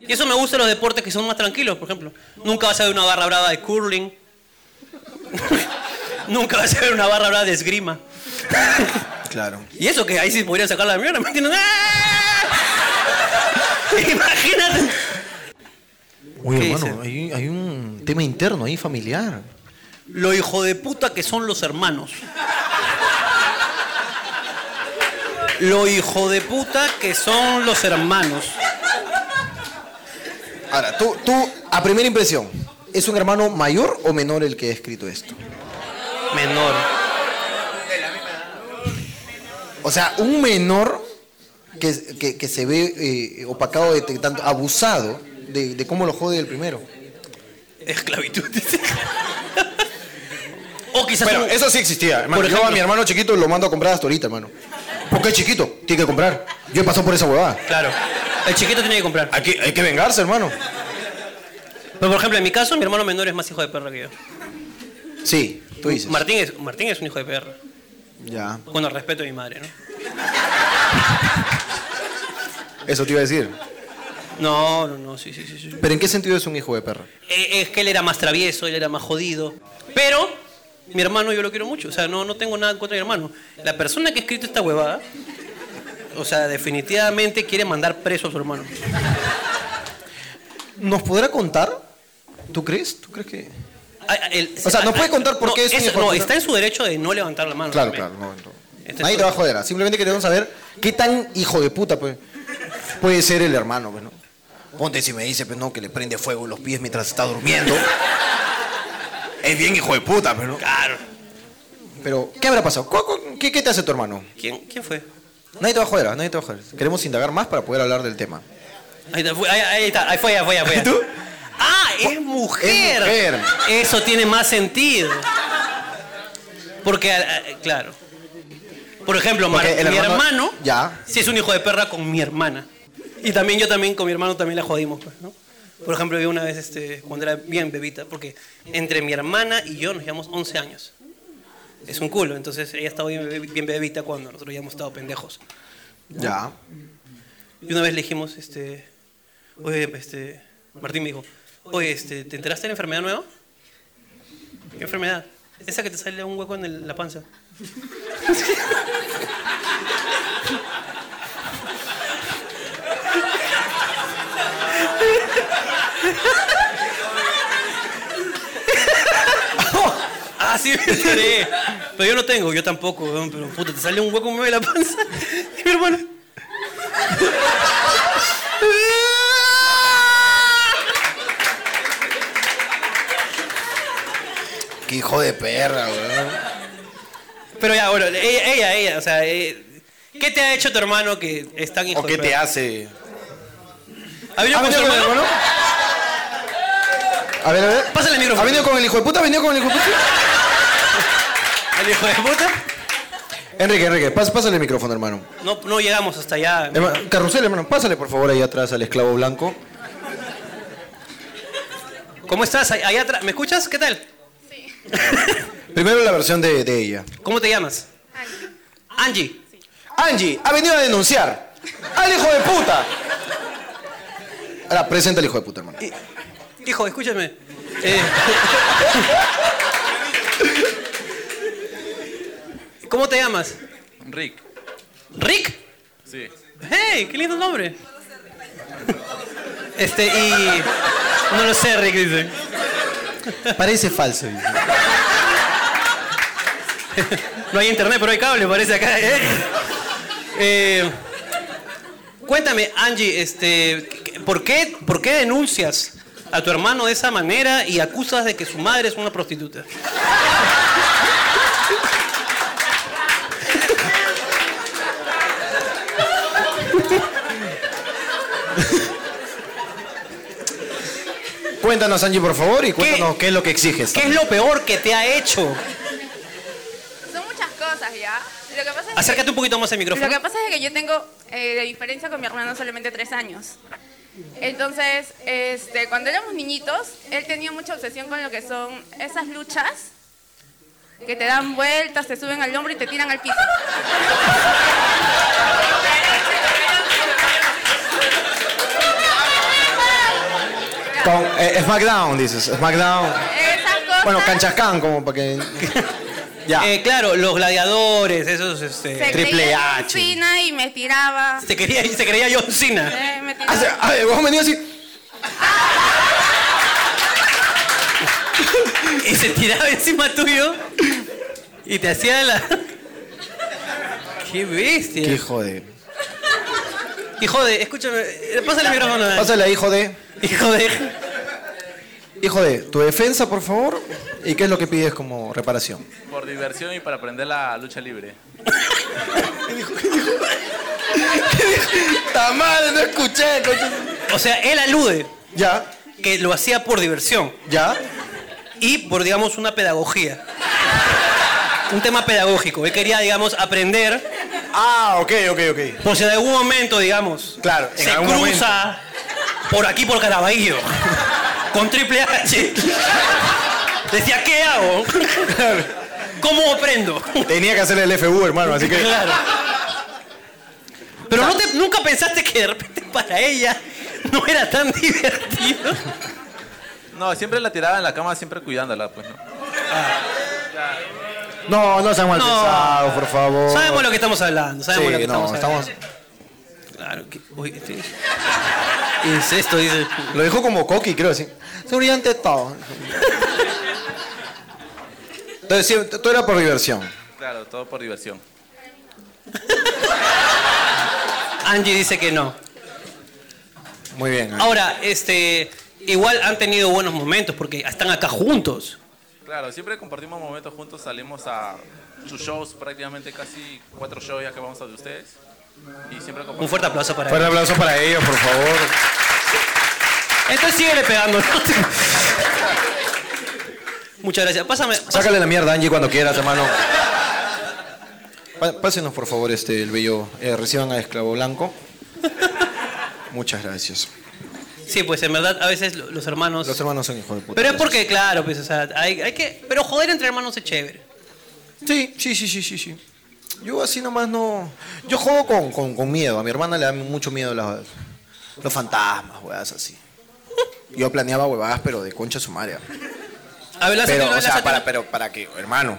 B: y eso me gusta de los deportes que son más tranquilos, por ejemplo. Nunca vas a ver una barra brava de curling. nunca vas a ver una barra brava de esgrima.
A: Claro.
B: Y eso que ahí sí podrían sacar la mierda, ¿me entiendes? ¡Ah! Imagínate.
A: Oye,
B: ¿Qué
A: hermano,
B: dice?
A: hay, hay un tema interno ahí familiar.
B: Lo hijo de puta que son los hermanos. Lo hijo de puta que son los hermanos.
A: Ahora, tú, tú, a primera impresión, ¿es un hermano mayor o menor el que ha escrito esto?
B: Menor.
A: O sea, un menor que, que- que se ve eh, opacado, de te- tanto, abusado de, de cómo lo jode el primero.
B: Esclavitud. o quizás.
A: Bueno,
B: un-
A: eso sí existía. hermano.
B: Por
A: yo a
B: ejemplo.
A: mi hermano chiquito lo mando a comprar hasta ahorita, hermano. Porque es chiquito, tiene que comprar. Yo he pasado por esa huevada.
B: Claro. El chiquito tiene que comprar.
A: Hay que, hay que vengarse, hermano.
B: Pero por ejemplo, en mi caso, mi hermano menor es más hijo de perra que yo.
A: Sí, tú dices.
B: Martín es, Martín es un hijo de perra.
A: Ya.
B: Con el respeto de mi madre, ¿no?
A: Eso te iba a decir.
B: No, no, no, sí, sí, sí. sí.
A: Pero ¿en qué sentido es un hijo de perra?
B: Eh, es que él era más travieso, él era más jodido. Pero mi hermano yo lo quiero mucho. O sea, no, no tengo nada en contra de mi hermano. La persona que ha escrito esta huevada, o sea, definitivamente quiere mandar preso a su hermano.
A: ¿Nos podrá contar? ¿Tú crees? ¿Tú crees que.?
B: Ah, ah, él-
A: O sea, ¿no
B: ah,
A: puede
B: ah,
A: contar por
B: no,
A: qué es un
B: eso-
A: hijo de
B: No,
A: puta?
B: está en su derecho de no levantar la mano.
A: Claro,
B: también.
A: claro. No, no.
B: Este
A: Nadie
B: es
A: te va a joder. ¿ah? Simplemente queremos saber qué tan hijo de puta pues, puede ser el hermano. Pues, ¿no? Ponte si me dice pues, no, que le prende fuego los pies mientras está durmiendo. es bien hijo de puta, pero.
B: Claro.
A: Pero, ¿qué habrá pasado? ¿Cu- cu- ¿Qué, qué te hace tu hermano?
B: ¿Quién, quién fue?
A: Nadie te va a joder, ¿ah? nadie te va a joder. Queremos indagar más para poder hablar del tema.
B: Ahí está, fue, ahí, ahí está, ahí fue, ahí fue, ahí fue.
A: ¿Tú?
B: Ah, es mujer.
A: mujer.
B: Eso tiene más sentido. Porque, ah, ah, claro. Por ejemplo, Mar-
A: Porque el
B: mi
A: hermano-
B: hermano,
A: Ya.
B: sí es un hijo de perra con mi hermana. Y también yo también con mi hermano también la jodimos, pues, ¿no? Por ejemplo, yo una vez, este, cuando era bien bebita, porque entre mi hermana y yo nos llevamos 11 años. Es un culo, entonces ella estaba bien, bebe- bien bebita cuando nosotros ya hemos estado pendejos.
A: Ya.
B: Y una vez le dijimos, este, oye, este, Martín me dijo, oye, este, ¿te enteraste de la enfermedad nueva? ¿Qué enfermedad? Esa que te sale un hueco en el- la panza. ah, sí me enteré. Pero yo no tengo, yo tampoco, weón, pero puta, te sale un hueco me ve la panza. Y mi hermano.
A: Qué hijo de perra, Ah, weón.
B: Pero ya, bueno, ella, ella, ella, o sea, eh, ¿qué te ha hecho tu hermano que es tan hijo
A: ¿O qué
B: de
A: te
B: perra?
A: hace?
B: ¿Ha venido
A: ¿Ha
B: con su
A: venido con el
B: hermano?
A: hermano? A ver, a ver.
B: Pásale el micrófono.
A: ¿Ha venido con el hijo de puta? ¿Ha venido con el hijo de puta?
B: ¿El hijo de puta?
A: Enrique, Enrique, pas- pásale el micrófono, hermano.
B: No, no llegamos hasta allá.
A: Hermano, Carrusel, hermano, pásale por favor ahí atrás al esclavo blanco.
B: ¿Cómo estás? Ahí- Ahí atrás. ¿Me escuchas? ¿Qué tal?
A: Primero la versión de, de ella.
B: ¿Cómo te llamas? Angie. Angie.
A: Angie ha venido a denunciar al hijo de puta. Ahora, presenta al hijo de puta, hermano.
B: Hijo, escúchame. Eh, ¿Cómo te llamas?
F: Rick.
B: ¿Rick?
F: Sí.
B: ¡Hey! ¡Qué lindo nombre! Este, y. No lo sé, Rick, dice.
A: Parece falso. dice.
B: No hay internet, pero hay cable, parece acá. ¿eh? Eh, cuéntame, Angie, este, ¿qué- ¿por qué, ¿por qué denuncias a tu hermano de esa manera y acusas de que su madre es una prostituta?
A: Cuéntanos, Angie, por favor, y cuéntanos qué, es lo que exiges.
B: ¿Qué es lo peor que te ha hecho?
G: Son muchas cosas, ¿ya? Lo que pasa es
B: Acércate un poquito más al
G: que,
B: micrófono.
G: lo que, pasa es que yo tengo eh, de diferencia con mi hermano solamente tres años. Entonces, este, cuando éramos niñitos, él tenía mucha obsesión con lo que son esas luchas que te dan vueltas, te suben al hombro y te tiran al piso.
A: Con, eh, SmackDown, dices. SmackDown.
G: Esas cosas
A: Bueno, canchascán, como para que. Ya.
B: Eh, claro, los gladiadores, esos, este...
G: se
A: Triple
G: creía
A: H.
G: Fina y me tiraba.
B: Se creía, se creía John Cena.
G: eh, me tiraba.
A: Ah, sí, ah, eh, vos has venido así.
B: Y se tiraba encima tuyo y te hacía la... ¡Qué bestia!
A: Qué hijo de.
B: Hijo de, escúchame, eh, pásale el micrófono. eh.
A: Pásale, hijo de.
B: Hijo de.
A: Hijo de, tu defensa, por favor. ¿Y qué es lo que pides como reparación?
H: Por diversión y para aprender la lucha libre.
A: ¡Ta madre, no escuché!
B: O sea, él alude
A: Ya,
B: que lo hacía por diversión
A: ya.
B: y por, digamos, una pedagogía. Un tema pedagógico. Él quería, digamos, aprender
A: Ah, ok, ok, ok.
B: por si en algún momento, digamos,
A: Claro, en
B: se
A: algún
B: cruza por aquí, por Caraballo, con triple H. Decía, ¿qué hago? ¿Cómo aprendo?
A: Tenía que hacer el FU, hermano, así que.
B: Claro. Pero no te- nunca pensaste que de repente para ella no era tan divertido.
H: No, siempre la tiraba en la cama, siempre cuidándola, pues, ¿no?
A: No, no sean mal
B: No.
A: pensados, por favor.
B: Sabemos lo que estamos hablando,
A: Oh.
B: sabemos
A: Sí,
B: lo que
A: no,
B: estamos hablando.
A: estamos.
B: Claro, que, uy, este- incesto, dice.
A: Lo dijo como coqui, creo, así. Seguridad ante todo. Entonces, sí, todo era por diversión.
H: Claro, todo por diversión.
B: Angie dice que no.
A: Muy bien. Angie.
B: Ahora, este, igual han tenido buenos momentos porque están acá juntos.
H: Claro, siempre compartimos momentos juntos, salimos a sus shows, prácticamente casi cuatro shows ya que vamos a de ustedes. Y siempre
B: Un
H: compartimos.
B: fuerte aplauso para
A: Fuerte
B: ellos.
A: aplauso para ellos, por favor.
B: Entonces síguele pegando. ¿no? Muchas gracias. Pásame. pásame.
A: Sácale la mierda, Angie, cuando quieras, hermano. Pa- Pásenos, por favor, este, el bello. eh, reciban a Esclavo Blanco. Muchas gracias.
B: Sí, pues en verdad a veces lo- los hermanos.
A: Los hermanos son hijos de puta.
B: Pero es porque, claro, pues, o sea, hay, hay que. Pero joder entre hermanos es chévere.
A: Sí, sí, sí, sí, sí, sí. Yo así nomás no. Yo juego con, con, con miedo. A mi hermana le da mucho miedo las- los fantasmas, huevadas así. Yo planeaba huevadas, pero de concha sumaria.
B: A ver, lánzatelo,
A: Pero, o sea,
B: lánzatelo.
A: para, pero para que, hermano.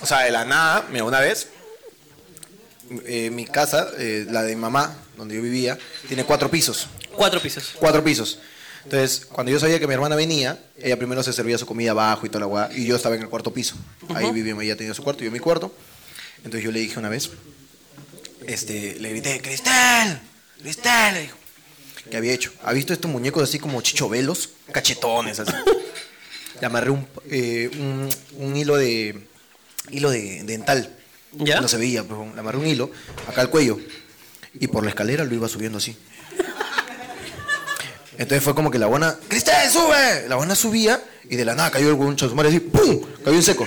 A: O sea, de la nada, mira, una vez, eh, mi casa, eh, la de mi mamá, donde yo vivía, tiene cuatro pisos.
B: Cuatro pisos.
A: Cuatro pisos. Entonces, cuando yo sabía que mi hermana venía, ella primero se servía su comida abajo y toda la guada, y yo estaba en el cuarto piso. Ahí vivíamos, ella tenía su cuarto, yo mi cuarto. Entonces yo le dije una vez, este, le grité, Cristal, Cristal, le dijo, ¿qué había hecho? ¿Ha visto estos muñecos así como chichovelos? Cachetones, así. Le amarré un, eh, un, un hilo de hilo de dental.
B: ¿Ya?
A: No se veía, pues, le amarré un hilo acá al cuello. Y por la escalera lo iba subiendo así. Entonces fue como que la buena, ¡Cristal, sube! La buena subía y de la nada cayó el huevón chasumare así, ¡pum! Cayó en seco.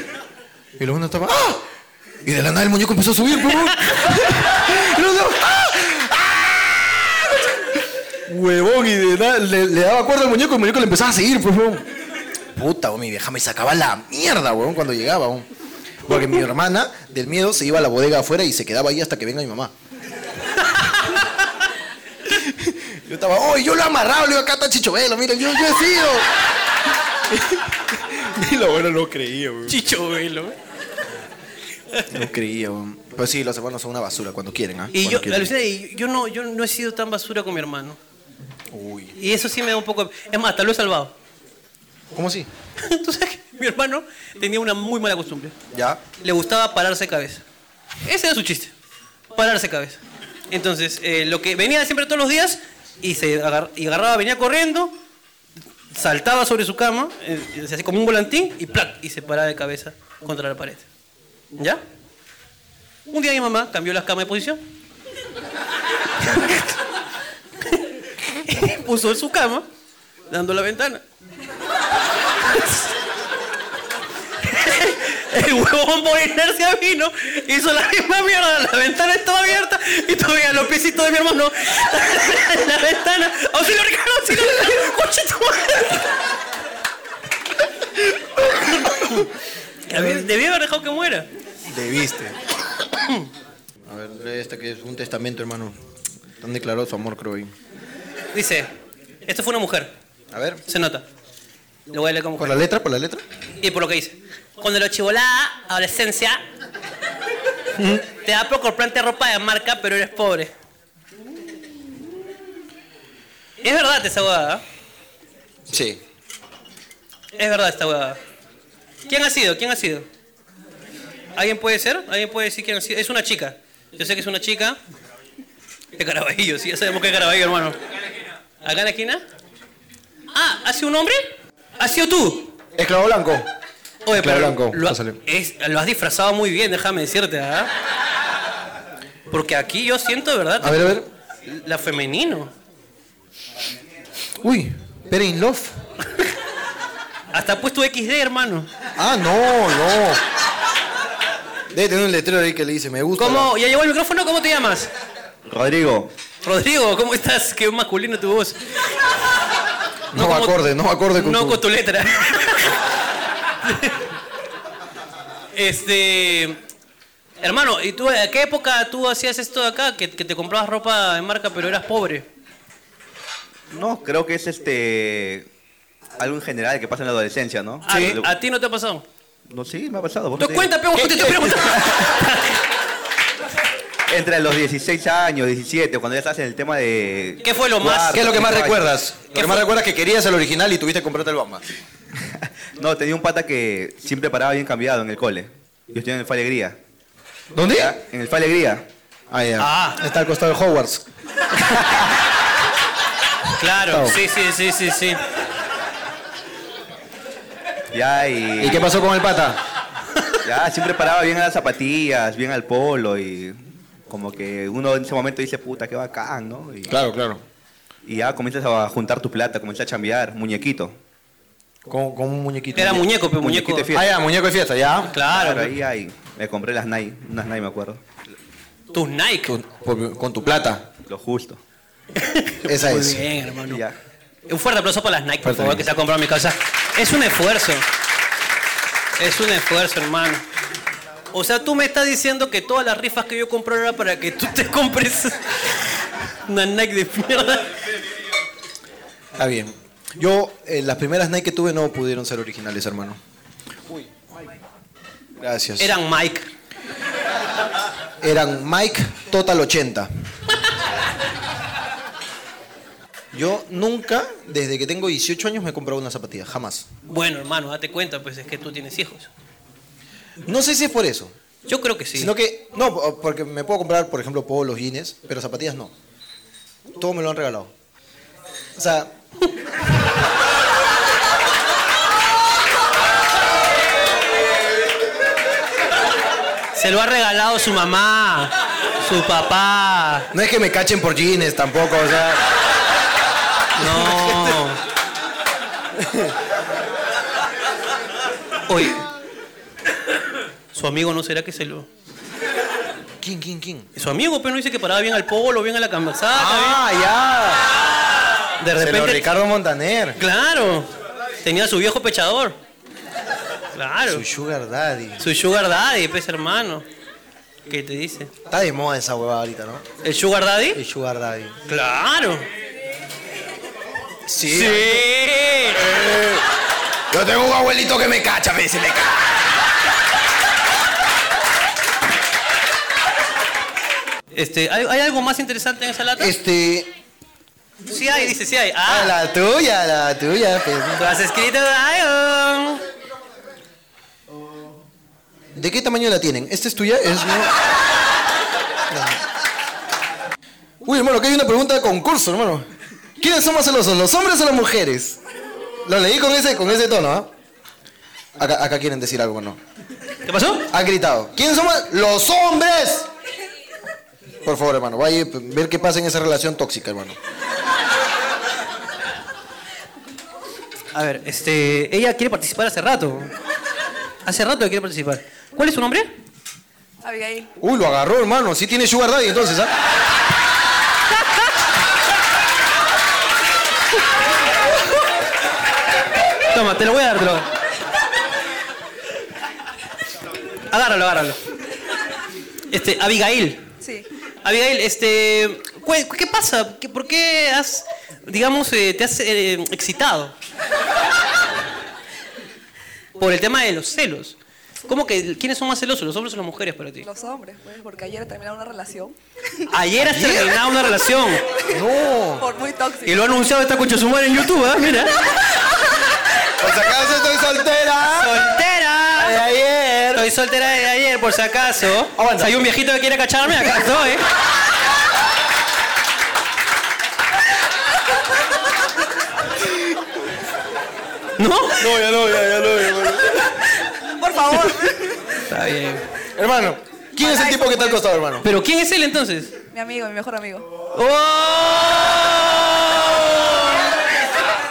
A: Y la buena estaba, ¡ah! Y de la nada el muñeco empezó a subir, ¡pum! Y la buena, ¡ah! huevón y de nada, le, le daba cuerda al muñeco y el muñeco le empezaba a seguir, pues, huevón. Puta, huevón, mi vieja me sacaba la mierda, huevón, cuando llegaba, huevón. Porque mi hermana, del miedo, se iba a la bodega afuera y se quedaba ahí hasta que venga mi mamá. Yo estaba, ¡oh, yo lo he amarrado! Le digo, acá está Chichovelo, miren, yo, yo he sido. y la abuela no creía, huevón.
B: Chicho velo.
A: No creía, huevón. Pues sí, los hermanos son una basura cuando quieren, ¿ah?
B: Y
A: Cuando
B: yo,
A: quieren.
B: alucina, y yo no, yo no he sido tan basura con mi hermano.
A: Uy.
B: Y eso sí me da un poco. Es más, hasta lo he salvado.
A: ¿Cómo así?
B: Entonces, mi hermano tenía una muy mala costumbre.
A: Ya.
B: le gustaba pararse de cabeza. Ese era su chiste, pararse de cabeza. Entonces, eh, lo que venía siempre todos los días y se agar- y agarraba, venía corriendo, saltaba sobre su cama, eh, se hacía como un volantín y ¡plac! y se paraba de cabeza contra la pared. ¿Ya? Un día mi mamá cambió las camas de posición. Puso su cama dando la ventana. El huevón por inercia vino, hizo la misma mierda, la ventana estaba abierta y todavía los piecitos de mi hermano en la ventana. ¡Auxilio, Ricardo! ¡Auxilio! ¡Coche tu madre! A ver, Debí haber dejado que muera.
A: Debiste. A ver, lee esta que es un testamento, hermano. Han declarado su amor, creo. ahí.
B: Dice, esto fue una mujer,
A: A ver.
B: se nota. Lo voy a leer como
A: ¿Por
B: mujer.
A: la letra? ¿Por la letra?
B: Y por lo que dice. Cuando la chivolada, adolescencia, te da por comprarte ropa de marca, pero eres pobre. Es verdad esa huevada. ¿eh?
A: Sí.
B: Es verdad esta huevada. ¿Quién ha sido? ¿Quién ha sido? ¿Alguien puede ser? ¿Alguien puede decir quién ha sido? Es una chica. Yo sé que es una chica. De Caraballo, sí, ya sabemos que es Caraballo, hermano. ¿Acá en la esquina? Ah, ¿ha sido un hombre? ¿Ha sido tú?
A: Esclavo blanco.
B: Oye,
A: Claro,
B: pero
A: Blanco,
B: lo, ha-
A: pásale.
B: es- lo has disfrazado muy bien, déjame decirte, ¿ah? Porque aquí yo siento, de
A: A
B: ¿verdad?
A: ver, a ver.
B: La femenino.
A: Uy, pero in love.
B: Hasta has puesto XD, hermano.
A: Ah, no, no. Debe tener un letrero ahí que le dice, me gusta.
B: ¿Cómo? ¿Ya llegó el micrófono? ¿Cómo te llamas?
F: Rodrigo,
B: Rodrigo, ¿cómo estás? Qué masculino tu voz.
A: la- No, va
B: como-
A: acorde, no va acorde con
B: no
A: tu-
B: con tu letra. este. Hermano, ¿y tú a qué época tú hacías esto de acá? Que, que te comprabas ropa de marca pero eras pobre.
F: no, creo que es este. Algo en general que pasa en la adolescencia, ¿no?
B: ¿A,
F: Lo-
B: a ti no te ha pasado?
F: No, sí, me ha pasado. vos
B: Tú
F: no te-
B: cuenta, pero te estoy preguntando.
F: Entre los 16 años, 17, cuando ya estás en el tema de.
B: ¿Qué fue lo más-
F: cuarto,
A: ¿Qué es lo que más
F: quinto año.
A: recuerdas? Lo
B: ¿Qué
A: que más
B: fue?
A: recuerdas que querías el original y tuviste que comprarte el Bamba.
F: No, tenía un pata que siempre paraba bien cambiado en el cole. Yo estoy en el Fa Alegría.
A: ¿Dónde?
F: ¿Ya? En el Fa Alegría.
A: Ah, ya.
B: Ah.
A: Está al costado de Hogwarts.
B: Claro,
A: Gustavo.
B: sí, sí, sí, sí, sí.
F: Ya, y.
A: ¿Y qué pasó con el pata?
F: Ya, siempre paraba bien a las zapatillas, bien al polo y. Como que uno en ese momento dice, puta, qué bacán, ¿no? Y,
A: Claro, claro.
F: y ya comienzas a juntar tu plata, comienzas a chambear, muñequito.
A: Con, con un muñequito.
B: Era muñeco, pero muñeco.
F: Muñequito de
A: Ah,
F: fiesta.
A: ya, muñeco de fiesta, ya.
B: Claro,
F: Claro, ahí, ahí. Me compré las Nike, unas Nike, me acuerdo.
B: tus Nike.
A: Con, por- con tu plata.
F: Lo justo.
A: Esa
B: Muy
A: es.
B: bien, hermano.
F: Y ya.
B: Un fuerte aplauso para las Nike, por
A: Fuerte
B: favor,
A: aplauso.
B: que se ha comprado en mi casa. Es un esfuerzo. Es un esfuerzo, hermano. O sea, tú me estás diciendo que todas las rifas que yo compro era para que tú te compres una Nike de mierda.
A: Está bien. Yo, eh, las primeras Nike que tuve no pudieron ser originales, hermano. Gracias.
B: Eran Mike.
A: Eran Mike Total 80. Yo nunca, desde que tengo 18 años, me he comprado una zapatilla, jamás.
B: Bueno, hermano, date cuenta, pues es que tú tienes hijos.
A: No sé si es por eso,
B: Yo creo que sí.
A: sino que, no, po- porque me puedo comprar, por ejemplo, polos, jeans, pero zapatillas no. Todo me lo han regalado. O sea,
B: Se lo ha regalado su mamá, su papá.
A: no es que me cachen por jeans tampoco, o sea,
B: No. Oye, su amigo no será que se lo.
A: ¿quién, quién, quién?
B: Su amigo, pero no dice que paraba bien al polo, bien a la camiseta.
A: Ah,
B: bien. De
A: ya. Se lo
B: repente.
A: Ricardo Montaner,
B: Claro. Tenía a su viejo pechador. Claro.
A: su sugar daddy.
B: Su sugar daddy, pues hermano. ¿Qué te dice?
A: Está de moda esa huevada ahorita, ¿no?
B: ¿El sugar daddy?
A: El sugar daddy.
B: Claro.
A: Sí.
B: eh,
A: Yo tengo un abuelito que me cacha, me dice, me cacha.
B: Este, ¿hay, hay algo más interesante en esa lata?
A: Este,
B: Sí hay, dice, sí hay.
A: ah,
B: Ah,
A: la tuya, la tuya. pues.
B: tú has escrito oh. Dion.
A: ¿De qué tamaño la tienen? ¿Esta es tuya? Es no. No. Uy, hermano, que hay una pregunta de concurso, hermano. ¿Quiénes son más celosos, los hombres o las mujeres? Lo leí con ese, con ese tono, ¿ah? Acá, acá quieren decir algo, ¿no?
B: ¿Qué pasó?
A: Han gritado. ¿Quiénes son más? ¡Los hombres! Por favor, hermano, vaya a ver qué pasa en esa relación tóxica, hermano.
B: A ver, este, ella quiere participar hace rato. Hace rato que quiere participar. ¿Cuál es su nombre?
G: Abigail.
A: Uy, lo agarró, hermano. Sí tiene sugar daddy, entonces, ¿ah?
B: Toma, te lo voy a dar, te lo voy a dar. Agárralo, agárralo. Este, Abigail.
E: Sí.
B: Abigail, este, cu- ¿qué pasa? ¿Qué- ¿Por qué has, digamos, eh, te has eh, excitado? Por el tema de los celos. ¿Cómo que quiénes son más celosos, los hombres o las mujeres para ti?
I: Los hombres, pues, porque ayer terminaron una relación
B: Ayer has terminado una relación
A: No.
I: por muy tóxica.
B: y lo ha anunciado esta concha su madre en YouTube, ¿ah? Mira.
A: Por si acaso estoy soltera.
B: ¡Soltera!
A: De ayer.
B: Estoy soltera de ayer, por si acaso.
A: Aguanta.
B: Si hay un viejito que quiere cacharme, acá estoy. ¿No?
A: No, ya no, ya, ya no. ya no.
E: Por favor.
B: Está bien.
A: Hermano, ¿quién es el tipo que está al costado, hermano?
B: ¿Pero quién es él entonces?
I: Mi amigo, mi mejor amigo.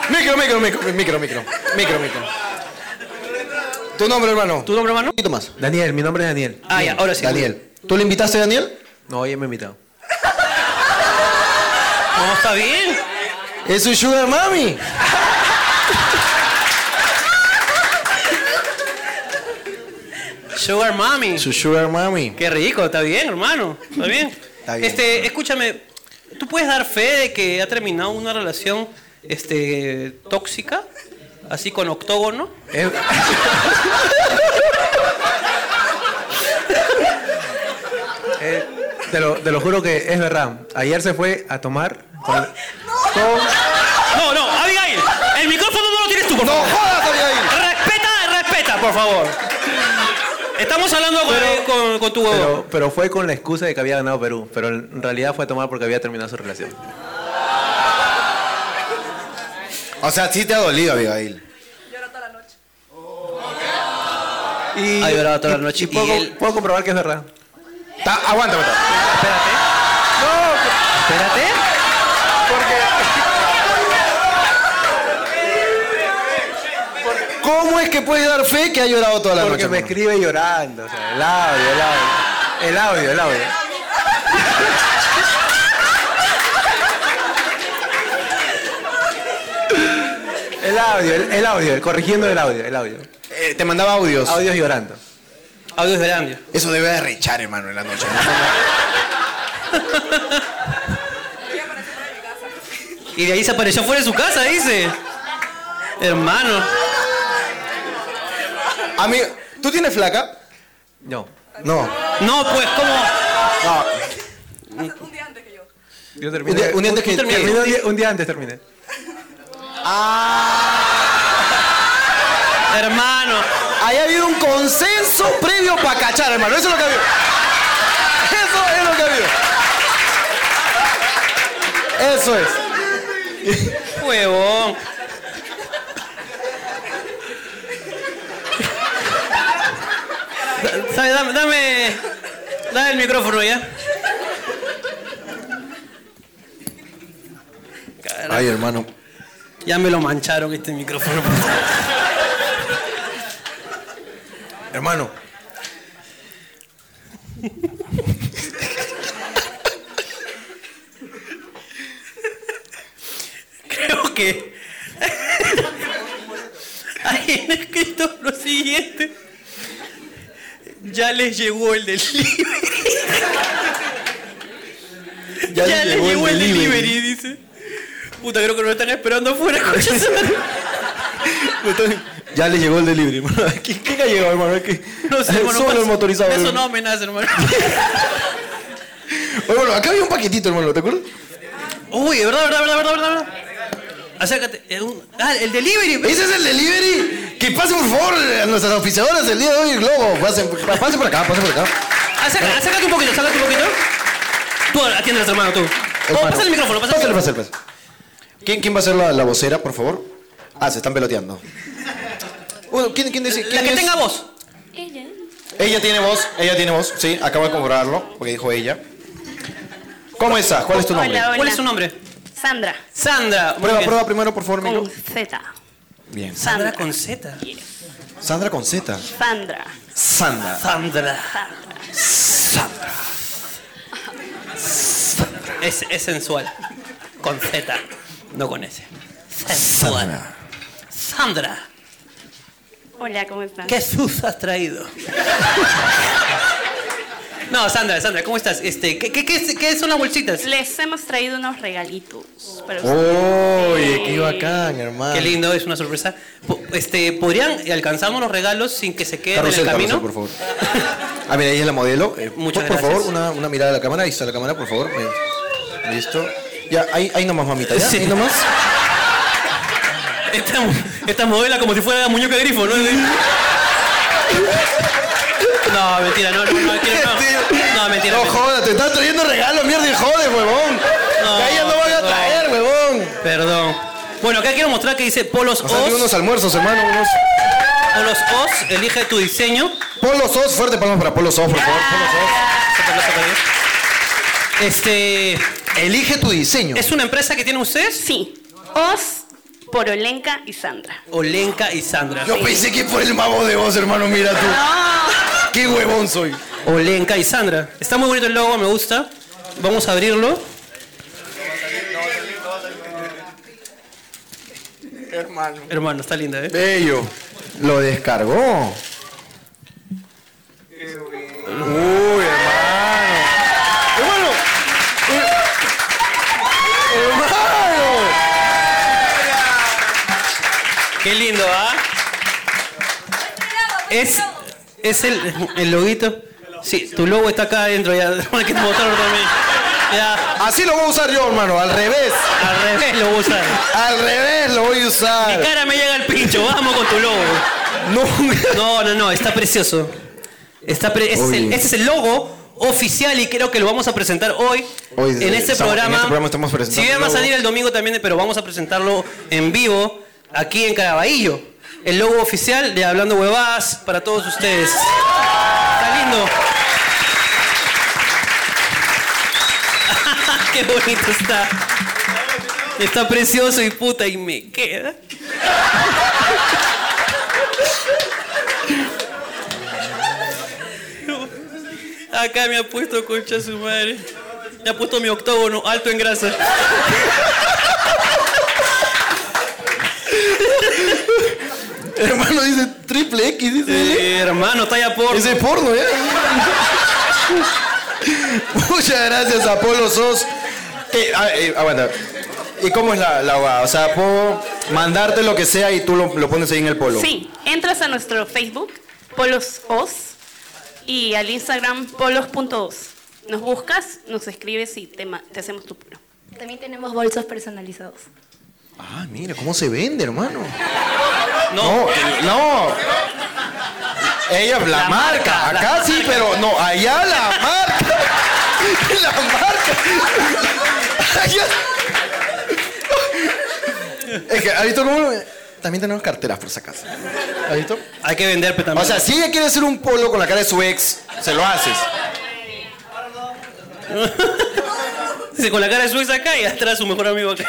A: Micro, micro, micro, micro, micro, micro, micro. Tu nombre, hermano.
B: ¿Tu nombre,
A: Un
B: hermano?
A: poquito más.
J: Daniel, mi nombre es Daniel.
B: Ah, ya, ahora sí.
A: Daniel. ¿Tú le invitaste a Daniel?
J: No, ella me invitado.
B: No, está bien.
A: Es su sugar mami.
B: Sugar Mami.
A: Su sugar mami.
B: Qué rico, está bien, hermano. Está bien.
A: Está bien.
B: Este, escúchame, ¿tú puedes dar fe de que ha terminado una relación este, tóxica? Así con octógono.
J: Es, Eh, te, lo, te lo juro que es verdad. Ayer se fue a tomar con, con-
B: No, no, Abigail, el micrófono no lo tienes tú, por
A: ¡No
B: favor.
A: jodas, Abigail!
B: Respeta, respeta, por favor. Estamos hablando con, con- con tu huevón.
J: pero, pero fue con la excusa de que había ganado Perú. Pero en realidad fue a tomar porque había terminado su relación.
A: O sea, sí te ha dolido, Abigail.
I: Lloró toda la noche.
J: Y,
B: Ha llorado toda la noche
J: y puedo,
B: y él-
J: puedo comprobar que es verdad.
A: Ta- aguántame. ta-
J: Espérate. No, espérate.
A: ¿Cómo es que puedes dar fe que ha llorado toda la
J: Porque
A: noche?
J: me
A: hermano?
J: escribe llorando. O sea, el audio, el audio. El audio, el audio. El audio, el, el audio, corrigiendo el audio, el audio.
A: Eh, te mandaba audios.
J: Audios llorando.
B: Audios de Landia.
A: Eso debe de rechar, hermano, en la noche. ¿no?
B: Y de ahí se apareció fuera de su casa, dice. Hermano.
A: Amigo, ¿tú tienes flaca?
J: No.
A: No.
B: No, pues, ¿cómo?
A: No.
I: Hace un día antes que yo.
J: Yo
A: Un día-
J: terminé.
A: un día antes que-
J: terminé
A: que-
J: un día- un día antes terminé.
B: Hermano.
A: Ahí ha habido un consenso previo para cachar, hermano. Eso es lo que ha habido. Eso es lo que ha habido. Eso es.
B: Huevón. Da- sabe, Dame, dame, dame el micrófono ya.
A: Ay, hermano.
B: Ya me lo mancharon este micrófono.
A: Hermano.
B: Creo que ahí han escrito lo siguiente. Ya les llegó el delivery. Ya, les llegó, el delivery, dice. Puta, creo que nos están esperando afuera, coche. su madre.
A: Ya le llegó el delivery, hermano. ¿Quién, quién ha llegado, hermano? ¿Qué?
B: No sé, hermano,
A: Solo el
B: parece-
A: motorizado. eh.
B: Eso no
A: hermano.
B: amenaza, hermano.
A: Oye, bueno, acá había un paquetito, hermano, ¿te acuerdas?
B: Uy, de verdad, verdad, verdad, verdad, verdad. Acércate. eh, un- Ah, el delivery.
A: Ese es el delivery. Que pasen, por favor, a nuestras oficiadoras el día de hoy, el Globo. Pasen, pasen por acá, pasen por acá.
B: Acércate, acércate un poquito, acércate un poquito. Tú atiende a nuestro hermano, tú. Oh,
A: Hermano.
B: pasa el micrófono, pasa el
A: Pásale,
B: micrófono.
A: pásale, pásale. ¿Quién, ¿Quién va a ser la, la vocera, por favor? Ah, se están peloteando. Bueno, ¿quién, quién dice?
B: La
A: quién
B: que
A: es?
B: tenga voz.
A: Ella tiene voz, ella tiene voz, sí, acabo de comprobarlo, porque dijo ella. ¿Cómo estás? ¿Cuál es tu nombre?
K: Hola, hola.
B: ¿Cuál es su nombre?
K: Sandra,
B: Sandra. muy
A: Prueba,
B: bien.
A: prueba primero, por favor,
K: con
A: micro.
K: Z.
A: Bien.
B: Sandra con Z.
A: Sandra con Z.
K: Sandra.
A: Sandra.
B: Sandra. Sandra. Es, es sensual. Con Z, no con S. Sensual.
A: Sandra.
B: Sandra,
K: Hola, ¿cómo estás?
B: ¿qué sus has traído? No, Sandra, Sandra, ¿cómo estás? Este, ¿qué, qué, qué- qué son las bolsitas?
K: Les hemos traído unos regalitos.
A: Oh.
K: para
A: Oye,
K: ustedes.
A: qué bacán, hermano.
B: Qué lindo, es una sorpresa. Po- Este, ¿Podrían alcanzamos los regalos sin que se queden
A: Carrusel,
B: en el
A: carrusel,
B: camino?
A: por favor. Ah, mira, ella es la modelo. Eh,
B: Muchas
A: por, por
B: gracias.
A: favor, una, una mirada a la cámara. Ahí está la cámara, por favor. Eh, Listo. Ya, ahí, ahí nomás, mamita. ¿ya?
B: Sí.
A: Ahí nomás.
B: Esta, mu- esta modela como si fuera muñeca grifo, ¿no? No, mentira, no, no, no, quiero- no. No, mentira.
A: No
B: mentira.
A: jodas, te están trayendo regalos, mierda, y jode, huevón.
B: No,
A: Que a ella no van a
B: no.
A: traer, huevón.
B: Perdón. Bueno, acá quiero mostrar que dice Polos
A: Nos han traído unos
B: Os.
A: almuerzos, hermano. Unos
B: Polos Os, elige tu diseño.
A: polos os, fuerte, vamos para polos os, por favor. Polos
B: Este.
A: os. Elige tu diseño.
B: ¿Es una empresa que tienen ustedes?
K: Sí. Os, Porolenka y Sandra.
B: Olenka y Sandra.
A: Yo pensé que por el mamo de vos, hermano, mira tú. Qué huevón soy.
B: Olenka y Sandra. Está muy bonito el logo, me gusta. Vamos a abrirlo.
J: Hermano.
B: Hermano, está linda, ¿eh?
A: Bello. Lo descargó. Uy, hermano. Hermano. Eh, Hermano.
B: Qué lindo, ¿ah? Es, es el, el loguito. Sí, tu logo está acá adentro ya. Hay que mostrarlo también. Ya,
A: Así lo voy a usar yo, hermano. Al revés.
B: al revés lo voy a usar.
A: Al revés lo voy a
B: Mi
A: usar.
B: cara me llega al pincho. Vamos con tu logo.
A: No.
B: No, no, no, está precioso. Está pre- ese, es el,
A: Oye.
B: ese es el logo oficial y creo que lo vamos a presentar hoy,
A: Hoy,
B: en, este
A: estamos- en
B: programa.
A: este programa estamos presentando
B: Sí,
A: el
B: va a
A: logo.
B: salir el domingo también, pero vamos a presentarlo en vivo aquí en Caraballo. El logo oficial de Hablando Huevadas para todos ustedes. Está lindo. Qué bonito está. Está precioso y puta y me queda. Acá me ha puesto concha su madre. Me ha puesto mi octógono alto en grasa.
A: Hermano dice triple X, dice.
B: Eh, hermano, talla por.
A: Ese es porno, ¿eh? Muchas gracias, Apolo Sos. Eh, ah, eh, aguanta. ¿Y cómo es la, la huevada? O sea, puedo mandarte lo que sea y tú lo, lo pones ahí en el polo.
K: Sí, entras a nuestro Facebook, Polos Os, y al Instagram, polos.os. Nos buscas, nos escribes y te, ma- te hacemos tu polo. También tenemos bolsos personalizados.
A: Ah, mira, ¿cómo se vende, hermano?
B: No.
A: No. Ella, la, marca,
B: La marca, la
A: acá sí,
B: marca.
A: pero no, allá la marca. La marca. Allá. Es que, ¿has visto cómo? También tenemos carteras, por si acaso. ¿Has visto?
B: Hay que vender, pero también.
A: O sea, si ella quiere hacer un polo con la cara de su ex, se lo haces.
B: Dice, con la cara de su ex acá y atrás su mejor amigo acá.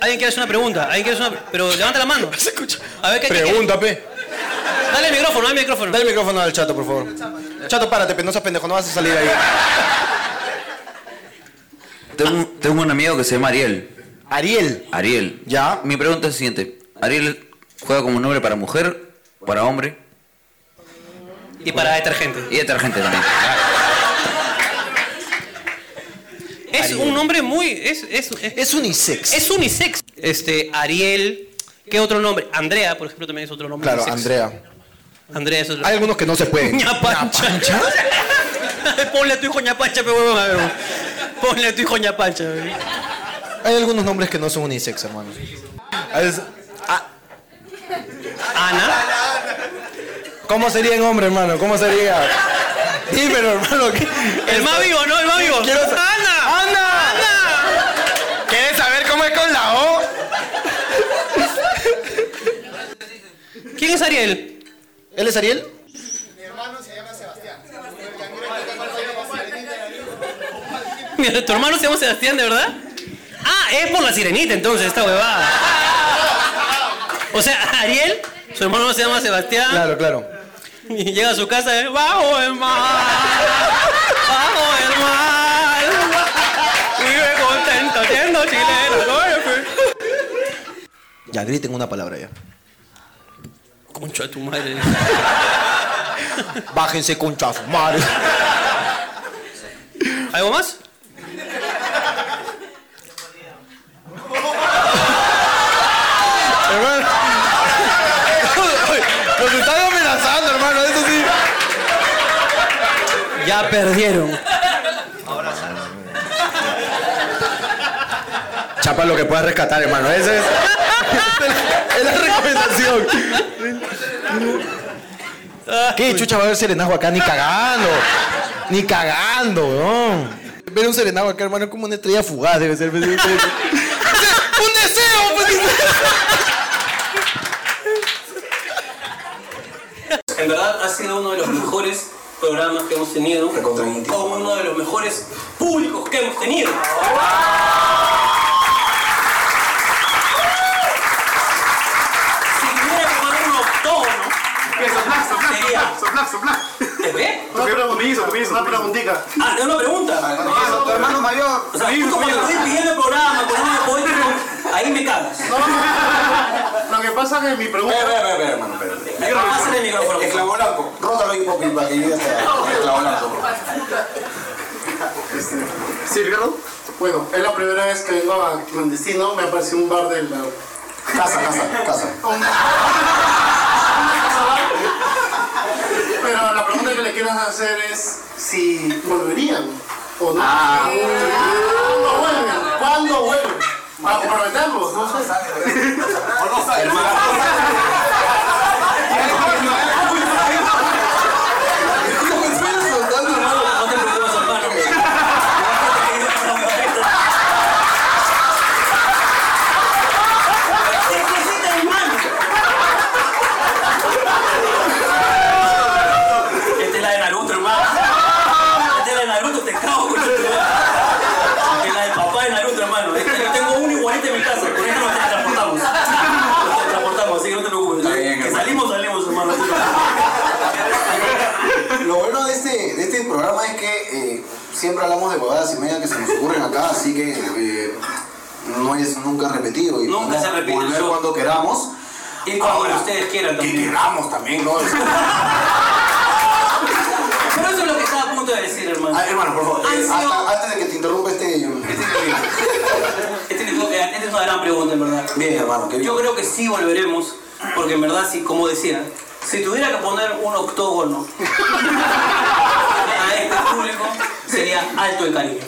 B: ¿Alguien quiere hacer una pregunta? ¿Alguien quiere hacer una pre- Pero levanta la mano. Se escucha. A ver qué qué- qué-
A: Pregunta, pe.
B: Dale el micrófono, dale el micrófono.
A: Dale el micrófono al chato, por favor. Chato, párate, pe, no seas pendejo, no vas a salir ahí.
L: Tengo, tengo un amigo que se llama Ariel.
A: ¿Ariel?
L: Ariel.
A: ¿Ya?
L: Mi pregunta es la siguiente. ¿Ariel juega como nombre para mujer, para hombre?
B: Y para detergente.
L: Y detergente también.
B: Es un nombre muy. Es, es, es,
A: unisex.
B: Es unisex. Este, Ariel. ¿Qué otro nombre? Andrea, por ejemplo, también es otro nombre.
A: Claro,
B: unisex.
A: Andrea.
B: Andrea es otro
A: Hay algunos que no se pueden.
B: ñapancha. Ponle a tu hijo ñapancha, pe huevón, a ver, huevón. Ponle a tu hijo ñapancha. pe.
A: Hay algunos nombres que no son unisex, hermano. A ver,
B: Ana.
A: ¿Cómo sería en hombre, hermano? ¿Cómo sería? Dímelo, hermano.
B: El más vivo, ¿no? El más vivo.
A: Quiero sa-
B: ¡Ana!
A: ¡Ana! ¿Quieres saber cómo es con la O?
B: ¿Quién es Ariel?
A: ¿Él es Ariel?
B: Mira, tu hermano se llama Sebastián, ¿de verdad? Ah, es por la sirenita entonces, esta huevada. O sea, Ariel, su hermano se llama Sebastián.
A: Claro, claro.
B: Y llega a su casa, eh, bajo el mar, bajo el mar. Vive contento siendo chileno. ¿no?
A: Ya, griten una palabra ya.
B: Concha de tu madre.
A: Bájense con chafumar.
B: ¿Algo más?
A: hermano. Nos están amenazando, hermano, eso sí.
B: Ya perdieron.
A: Chapa lo que puedas rescatar, hermano. Esa es, es la recomendación. ¿Qué chucha va a haber serenazgo acá? Ni cagando. Ni cagando, weón. Ver un serenazgo acá, hermano, es como una estrella fugaz, debe ser. ¡Un deseo! pues,
B: En verdad ha sido uno de los mejores programas que hemos tenido. O uno de los mejores públicos que hemos tenido. Si tuviera que poner un octógono, sería- ¿Te ve?
M: Una preguntita.
B: Ah, ¿tengo una pregunta.
M: tu hermano mayor.
B: O sea, justo cuando estoy pidiendo el programa con uno de poético, ahí me cagas.
M: Lo que pasa es que mi pregunta. Espera, espera, espera, hermano. Pásale el micrófono. Esclavo blanco. Rótalo ahí un poquito para que llegue hasta esclavo blanco. Sí, Ricardo. Bueno, es la primera vez que vengo a Clandestino. Me apareció un bar de la. Casa, casa, casa. Pero la pregunta que le quiero hacer es si volverían o no. ¿Cuándo vuelven? ¿Cuándo vuelven? Para comprometerlos, no sé. O no saben.
B: Esta es la de Naruto, hermano. Esta es la de Naruto, te cago, coño. Esta es la del papá de Naruto, hermano. Esta- yo tengo uno igualito en mi casa, por eso nos transportamos. Nos transportamos, así que no te preocupes. que salimos, salimos, hermano.
M: Lo bueno de este, de este programa es que eh, siempre hablamos de bobadas y media que se nos ocurren acá, así que eh, no es nunca repetido. Y
B: Nunca
M: podemos
B: se repite,
M: Volver
B: yo-
M: cuando queramos.
B: Y cuando ustedes quieran
M: Que queramos también, ¿no?
B: Pero eso es lo que estaba a punto de decir, hermano.
M: Ah, hermano, por favor, eh, hasta- antes de que te interrumpa este...
B: Este tipo que- esta es una gran pregunta, en verdad. Bien, hermano, Yo creo que sí volveremos, porque en verdad, sí, como decía, sí
M: Si tuviera que poner un octógono a este público, sería Alto el Caribe.